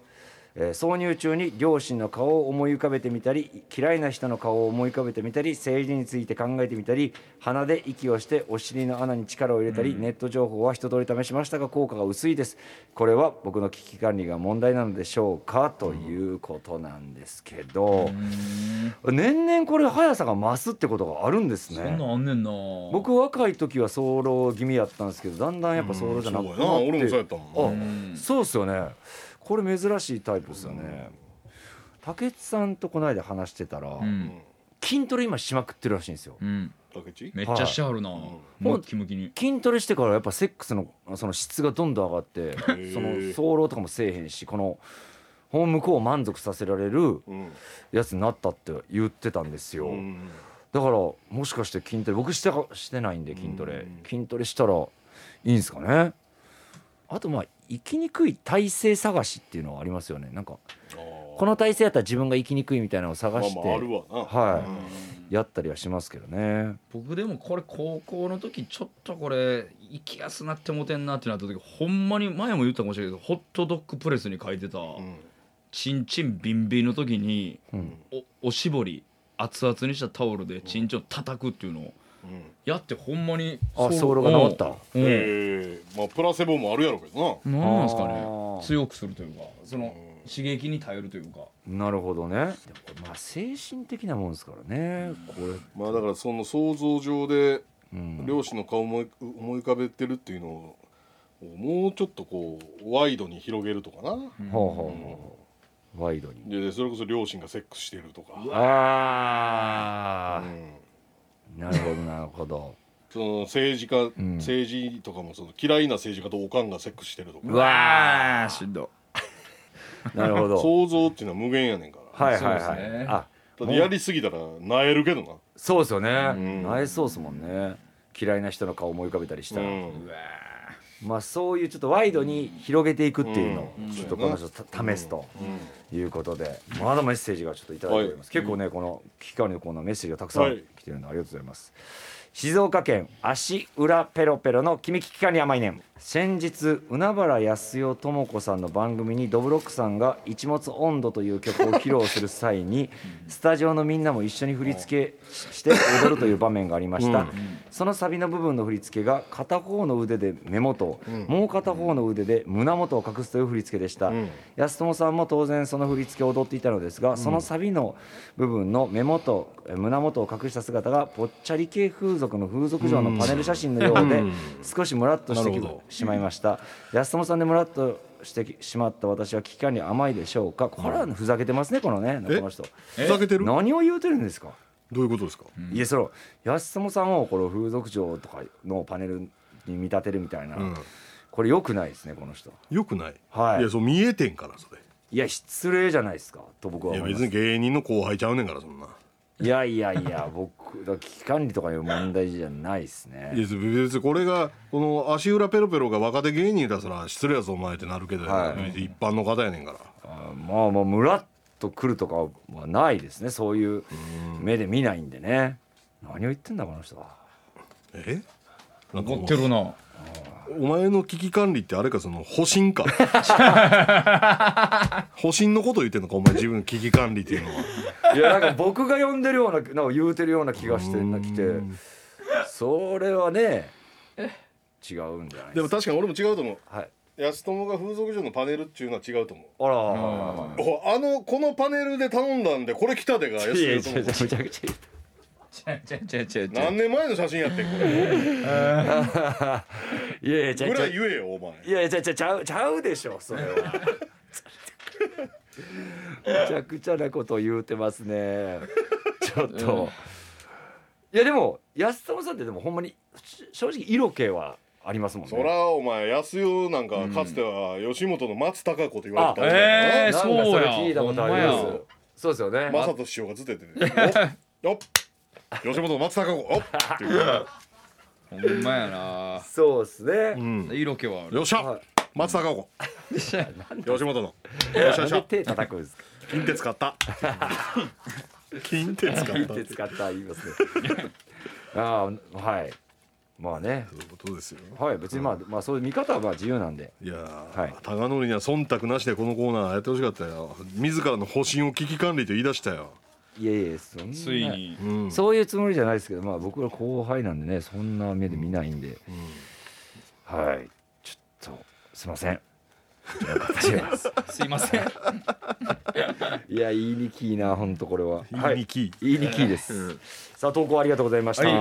Speaker 2: 挿入中に両親の顔を思い浮かべてみたり嫌いな人の顔を思い浮かべてみたり政治について考えてみたり鼻で息をしてお尻の穴に力を入れたり、ネット情報は一通り試しましたが効果が薄いですこれは僕の危機管理が問題なのでしょうかということなんですけど、年々これ速さが増すってことがあるんです
Speaker 3: そんな
Speaker 2: ね
Speaker 3: んあんねんな
Speaker 2: 僕若い時は早漏気味やったんですけどだんだんやっぱ早漏じゃなくなっ
Speaker 1: うんそ
Speaker 2: て、
Speaker 1: うやな俺もそうやったもん
Speaker 2: あそうっすよねこれ珍しいタイプですよね竹内さんとこの間話してたら、
Speaker 3: うん
Speaker 2: 筋トレ今しまくってるらしいんですよ
Speaker 3: うん
Speaker 1: 竹内
Speaker 3: めっちゃしはるなムッキムキに
Speaker 2: 筋トレしてからやっぱセックスのその質がどんどん上がって
Speaker 1: ー
Speaker 2: その早漏とかもせえへんしこのほん向こうを満足させられる
Speaker 1: うん
Speaker 2: やつになったって言ってたんですよ、
Speaker 1: うん
Speaker 2: だからもしかして筋トレ僕してかしてないんで筋ト
Speaker 1: う
Speaker 2: レ
Speaker 1: ん
Speaker 2: 筋トレしたらいいんですかねあとまあ生きにくい体勢探しっていうのはありますよねなんかこの体勢やったら自分が生きにくいみたいな
Speaker 1: ま
Speaker 2: のを
Speaker 1: あ
Speaker 2: 探して、
Speaker 1: まああるわな
Speaker 2: はいやったりはしますけどね
Speaker 3: 僕でもこれ高校の時ちょっとこれ行きやすなってもてんなってなった時ほんまに前も言ったかもしれないけどホットドッグプレスに書いてた
Speaker 1: うん
Speaker 3: チンチンビンビンの時に
Speaker 2: うん
Speaker 3: おおしぼり熱々にしたタオルでチンチンを叩くっていうのを
Speaker 1: うん
Speaker 3: やってほんまに
Speaker 2: あソールが治った
Speaker 3: うんうん
Speaker 1: えーまあプラセボもあるやろうけど
Speaker 3: なんなんですか
Speaker 2: あ
Speaker 3: ね
Speaker 2: ー
Speaker 3: 強くするというかその刺激に頼るというか
Speaker 2: なるほどねでもこれまあ精神的なもんですからねこれ
Speaker 1: なまあだからその想像上で
Speaker 2: うん
Speaker 1: 両親の顔を思い思い浮かべてるっていうのをもうちょっとこうワイドに広げるとかな
Speaker 2: ほうほうほうほうワイドに
Speaker 1: でそれこそ両親がセックスしてるとか
Speaker 2: あ
Speaker 1: うん
Speaker 2: あなるほどなるほど
Speaker 1: その政治家、
Speaker 2: ん
Speaker 1: 政治とかもその嫌いな政治家とおかんがセックスしてると
Speaker 2: う
Speaker 1: か
Speaker 2: わ
Speaker 3: しんど
Speaker 2: ーなるほど
Speaker 1: 想像っていうのは無限やねんから、
Speaker 2: はいはい
Speaker 3: そう
Speaker 2: は
Speaker 3: です
Speaker 2: い
Speaker 3: ね
Speaker 2: あ
Speaker 1: ただやりすぎたらなえるけどな
Speaker 2: そうですよね、
Speaker 1: ん
Speaker 2: なえそうですもんね嫌いな人の顔思い浮かべたりした
Speaker 1: う
Speaker 2: ら、
Speaker 1: ん
Speaker 3: わ
Speaker 2: まあ、そういうちょっとワイドに広げていくっていうのを
Speaker 1: うん
Speaker 2: ちょっとこの人試すということでまだメッセージがちょっといただいております、結構ねこの危機管理のコーナーメッセージがたくさ
Speaker 1: は
Speaker 2: ん
Speaker 1: い
Speaker 2: 来てるんでありがとうございます、静岡県足裏ペロペロの君危機管理甘いねん先日海原康代智子さんの番組にドブロックさんが「一物温度」という曲を披露する際にスタジオのみんなも一緒に振り付けして踊るという場面がありました、
Speaker 1: うん
Speaker 2: そのサビの部分の振り付けが片方の腕で目元を、もう片方の腕で胸元を隠すという振り付けでした、
Speaker 1: うん
Speaker 2: 安友さんも当然その振り付けを踊っていたのですが、そのサビの部分の目元え胸元を隠した姿がぽっちゃり系風俗の風俗嬢のパネル写真のようで、
Speaker 1: うん
Speaker 2: 少しムラっとして
Speaker 1: な
Speaker 2: き
Speaker 1: るほど
Speaker 2: しまいました安友さんでムラっとしてきしまった私は危機管理甘いでしょうかこれはふざけてますねこのねこ
Speaker 1: え
Speaker 2: の人
Speaker 1: ふざけてるど
Speaker 2: 何を言うてるんですか
Speaker 1: ういうことですか
Speaker 2: いやその安友さんをこの風俗嬢とかのパネルに見立てるみたいな、
Speaker 1: うん
Speaker 2: これ良くないですねこの人
Speaker 1: よくない
Speaker 2: はい
Speaker 1: いやそう見えてんからそれ
Speaker 2: いや失礼じゃないですかと僕はい
Speaker 1: や
Speaker 2: 思いま
Speaker 1: 別
Speaker 2: す
Speaker 1: に芸人の後輩ちゃうねんからそんない
Speaker 2: やいやいや 僕だから危機管理とかいう問題じゃないです
Speaker 1: いや
Speaker 2: ね
Speaker 1: 別にこれがこの足裏ペロペロが若手芸人だったら失礼やぞお前ってなるけど、
Speaker 2: はい
Speaker 1: 一般の方やねんから
Speaker 2: あまあまあムラっと来るとかはないですねそういう目で見ないんでね何を言ってんだこの人は
Speaker 1: えなんか
Speaker 3: 怒
Speaker 1: もう
Speaker 3: ってるな
Speaker 1: お前の危機管理ってあれかその保身 か保身のこと言ってんのかお前自分の危機管理っていうのはい
Speaker 2: やなんか僕が呼んでるようななんか言うてるような気がしてなきてそれはね違うんじゃない
Speaker 1: で
Speaker 2: で
Speaker 1: も
Speaker 2: すか
Speaker 1: 確かに俺も違うと思う
Speaker 2: はい
Speaker 1: 安友が風俗嬢のパネルっていうのは違うと思う
Speaker 2: あら
Speaker 1: おあのこのパネルで頼んだんでこれ来たでが安
Speaker 2: いやいや
Speaker 1: 友
Speaker 2: め
Speaker 1: と
Speaker 2: ち
Speaker 1: 思
Speaker 2: ゃ
Speaker 1: う
Speaker 2: くちゃめちゃ
Speaker 3: 違う違う違う違う
Speaker 1: 何年前の写真やってんこれ
Speaker 2: いやいやちゃ
Speaker 1: ぐ
Speaker 2: う
Speaker 1: ら
Speaker 2: ちゃ
Speaker 1: いう言えよお前
Speaker 2: いやいやちゃうちゃうちゃうちゃうでしょそれはめちゃくちゃなこと言うてますねちょっと、いやでも安友さんってでもほんまにし正直色気はありますもんね
Speaker 1: そらお前安代なんかかつては吉本の松たか子と言われてた
Speaker 3: あ
Speaker 1: ね
Speaker 2: な
Speaker 3: えー
Speaker 2: んか
Speaker 3: そうや
Speaker 2: れ聞いたことあり
Speaker 3: ほんま
Speaker 2: ま
Speaker 3: や
Speaker 2: すそうですよね
Speaker 1: 正人師匠がずっと言って て「およっ吉本の松たか子おっ!」っていう、
Speaker 3: ほんまや
Speaker 2: そうですね、
Speaker 3: な色気は
Speaker 1: うん、
Speaker 3: あ
Speaker 1: よ
Speaker 3: る
Speaker 1: っしゃ、
Speaker 2: はい
Speaker 1: 松たか子吉本のよっしゃよ
Speaker 2: な
Speaker 1: っ
Speaker 2: ん
Speaker 1: しゃ
Speaker 2: で手叩くんですか
Speaker 1: 金鉄買った金鉄買った
Speaker 2: 手
Speaker 1: って
Speaker 2: 使った言いますねああはいまあね
Speaker 1: そういうことですよ
Speaker 2: はい別にまあ、まあそういう見方はまあ自由なんで
Speaker 1: いやー、
Speaker 2: はい
Speaker 1: 高典には忖度なしでこのコーナーやってほしかったよ自らの保身を危機管理と言い出したよ、
Speaker 2: いやいやそんな
Speaker 3: ついに
Speaker 1: うん、
Speaker 2: そういうつもりじゃないですけどまあ僕ら後輩なんでねそんな目で見ないんで、はいちょっとすいません違い ます
Speaker 3: すいません
Speaker 2: いや言いにきいな本当これ は
Speaker 1: 言いにきい
Speaker 2: はい、言いにきいです、さあ投稿ありがとうございました、
Speaker 3: はい、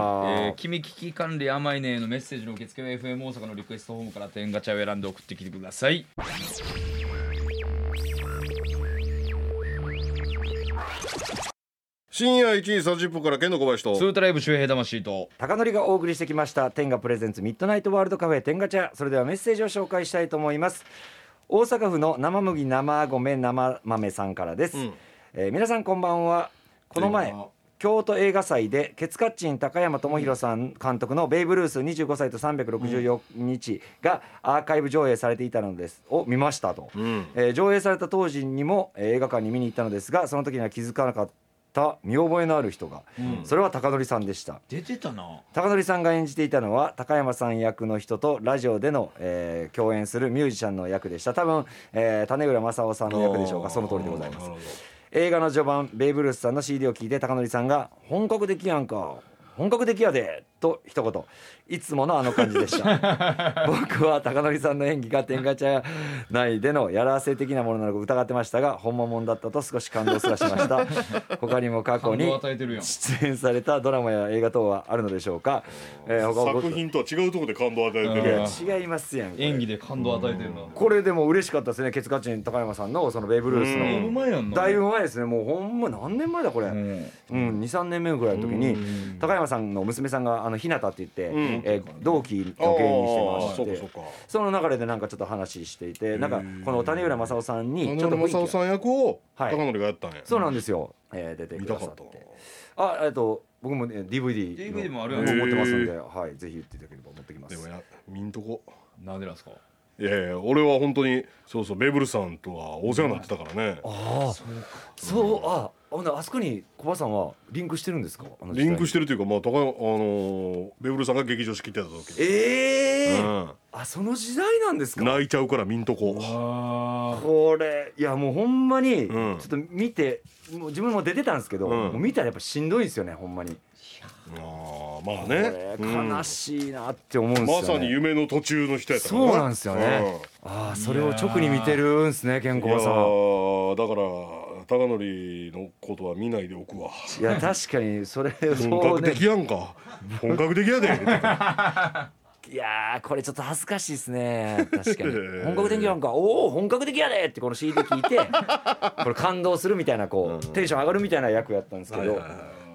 Speaker 3: えー、君危機管理甘いねのメッセージの受付は FM 大阪のリクエストフォームから点ガチャを選んで送ってきてください
Speaker 1: 深夜1時30分から剣の小林
Speaker 3: ツ
Speaker 1: と
Speaker 3: ートライブ周平魂と
Speaker 2: 高典がお送りしてきました天ガプレゼンツミッドナイトワールドカフェ天ガチャそれではメッセージを紹介したいと思います大阪府の生麦生米生豆さんからです、
Speaker 1: ん
Speaker 2: えー皆さんこんばんはこの前
Speaker 3: こんばんは
Speaker 2: 京都映画祭でケツカッチン高山智博さん監督の「ベイブ・ルース25歳と364日」がアーカイブ上映されていたのですを見ましたと、
Speaker 1: ん
Speaker 2: えー上映された当時にも、えー映画館に見に行ったのですがその時には気づかなかった見覚えのある人が、それは高典さんでした
Speaker 3: 出てたな
Speaker 2: 高典さんが演じていたのは高山さん役の人とラジオでの、えー共演するミュージシャンの役でした多分、えー種浦正雄さんの役でしょうかその通りでございます映画の序盤ベイブルースさんの CD を聞いて高典さんが「本格的やんか本格的やで」と一言いつものあの感じでした 僕は高典さんの演技が天下茶屋内でのやらせ的なものなのか疑ってましたが本物だったと少し感動すらしました 他にも過去
Speaker 3: 感
Speaker 2: に
Speaker 3: 動与えてるやん
Speaker 2: 出演されたドラマや映画等はあるのでしょうか、えー他はご
Speaker 1: 作品とは違うところで感動を与えて
Speaker 2: い
Speaker 1: る
Speaker 3: うん
Speaker 2: や違いますやんこれ
Speaker 3: 演技で感動与えてるな
Speaker 2: これでも嬉しかったですねケツカチン高山さんのそのベイブルース
Speaker 1: う
Speaker 3: だいぶ
Speaker 2: の
Speaker 3: 前やんな
Speaker 2: だいぶ前ですねもうほんま何年前だこれ、
Speaker 3: う
Speaker 2: うん
Speaker 3: ん
Speaker 2: 23年目ぐらいの時に高山さんの娘さんがあの日向って言って、
Speaker 1: ん
Speaker 2: えー同期
Speaker 1: ああ
Speaker 2: の芸人して
Speaker 1: そう
Speaker 2: ま
Speaker 1: か
Speaker 2: し
Speaker 1: そ
Speaker 2: て
Speaker 1: うか
Speaker 2: その流れでなんかちょっと話していてなんかこの谷浦正雄さんにち
Speaker 1: 金
Speaker 2: ょっと
Speaker 1: 村
Speaker 2: 雰囲気
Speaker 1: 正雄
Speaker 2: が
Speaker 1: さん役を
Speaker 2: はい
Speaker 1: 高典がやったんや
Speaker 2: そうなんですよ、えー出て
Speaker 1: 見
Speaker 2: く
Speaker 1: た
Speaker 2: だ
Speaker 1: か
Speaker 2: さ
Speaker 1: っ
Speaker 2: った
Speaker 1: な
Speaker 2: てあえっと僕もね DVD の
Speaker 3: DVD もある
Speaker 1: やん
Speaker 2: 持ってますんで、はい、ぜひ言っていただければ持ってきま
Speaker 1: ですもや見んとこ
Speaker 3: なんでなんですか
Speaker 1: いやいや俺は本当にそうそうベーブルさんとはお世話になってたからね
Speaker 2: ああそうあほんならあそこに小林さんはリンクしてるんですかあの時代
Speaker 1: リ
Speaker 2: に
Speaker 1: ンクしてるというかまあ高山あのーベーブルさんが劇場仕切ってた時、
Speaker 2: ええ
Speaker 1: うん
Speaker 2: あその時代なんですか
Speaker 1: 泣いちゃうから見んとこ
Speaker 2: これいやもうほんまにち
Speaker 1: う
Speaker 2: ょ
Speaker 1: ん
Speaker 2: っと見て、もう自分も出てたんですけど、
Speaker 1: うん
Speaker 2: もう見たらやっぱしんどいですよねほんまに、
Speaker 1: あーまあ
Speaker 2: こ
Speaker 1: ね
Speaker 2: れ、悲しいなって思うんですよね
Speaker 1: ま、さに夢の途中の人やったから
Speaker 2: そうなんですよね、ああそれを直に見てるんですね健
Speaker 1: うんいや
Speaker 2: 康さん
Speaker 1: ーだから高則のことは見ないでおくわ
Speaker 2: いや確かにそれ
Speaker 1: 本
Speaker 2: そう
Speaker 1: 格
Speaker 2: ね
Speaker 1: 的やんか本格的 やで
Speaker 2: いやーこれちょっと恥ずかしいですね 確かに
Speaker 1: ええ
Speaker 2: 本格的なんか「おお本格的やで!」ってこの CD 聞い てこれ感動するみたいなこうテンション上がるみたいな役やったんですけど、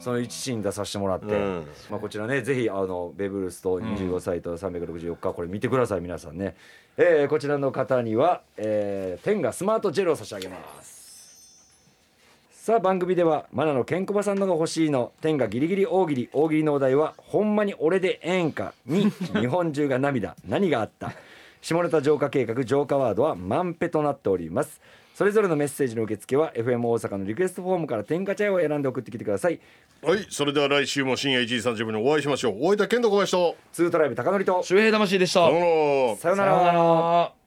Speaker 2: その一シーン出させてもらって、
Speaker 1: うん
Speaker 2: まあ、こちらねぜひあのベーブ・ルースと25歳と364日これ見てください皆さんね、えーこちらの方には、えー、天がスマートジェルを差し上げますさあ番組ではマナのケンコバさんのが欲しいの天がギリギリ大喜利大喜利のお題は「ほんまに俺でええんか」に「日本中が涙何があった」 下ネタ浄化計画浄化ワードは満ペとなっておりますそれぞれのメッセージの受付は FM 大阪のリクエストフォームから天下茶屋を選んで送ってきてください
Speaker 1: はいそれでは来週も深夜1時30分にお会いしましょう大分健太小林と
Speaker 2: ツートライブ高典と
Speaker 3: 周平魂でした
Speaker 1: さようなら
Speaker 2: さよなら。
Speaker 3: ら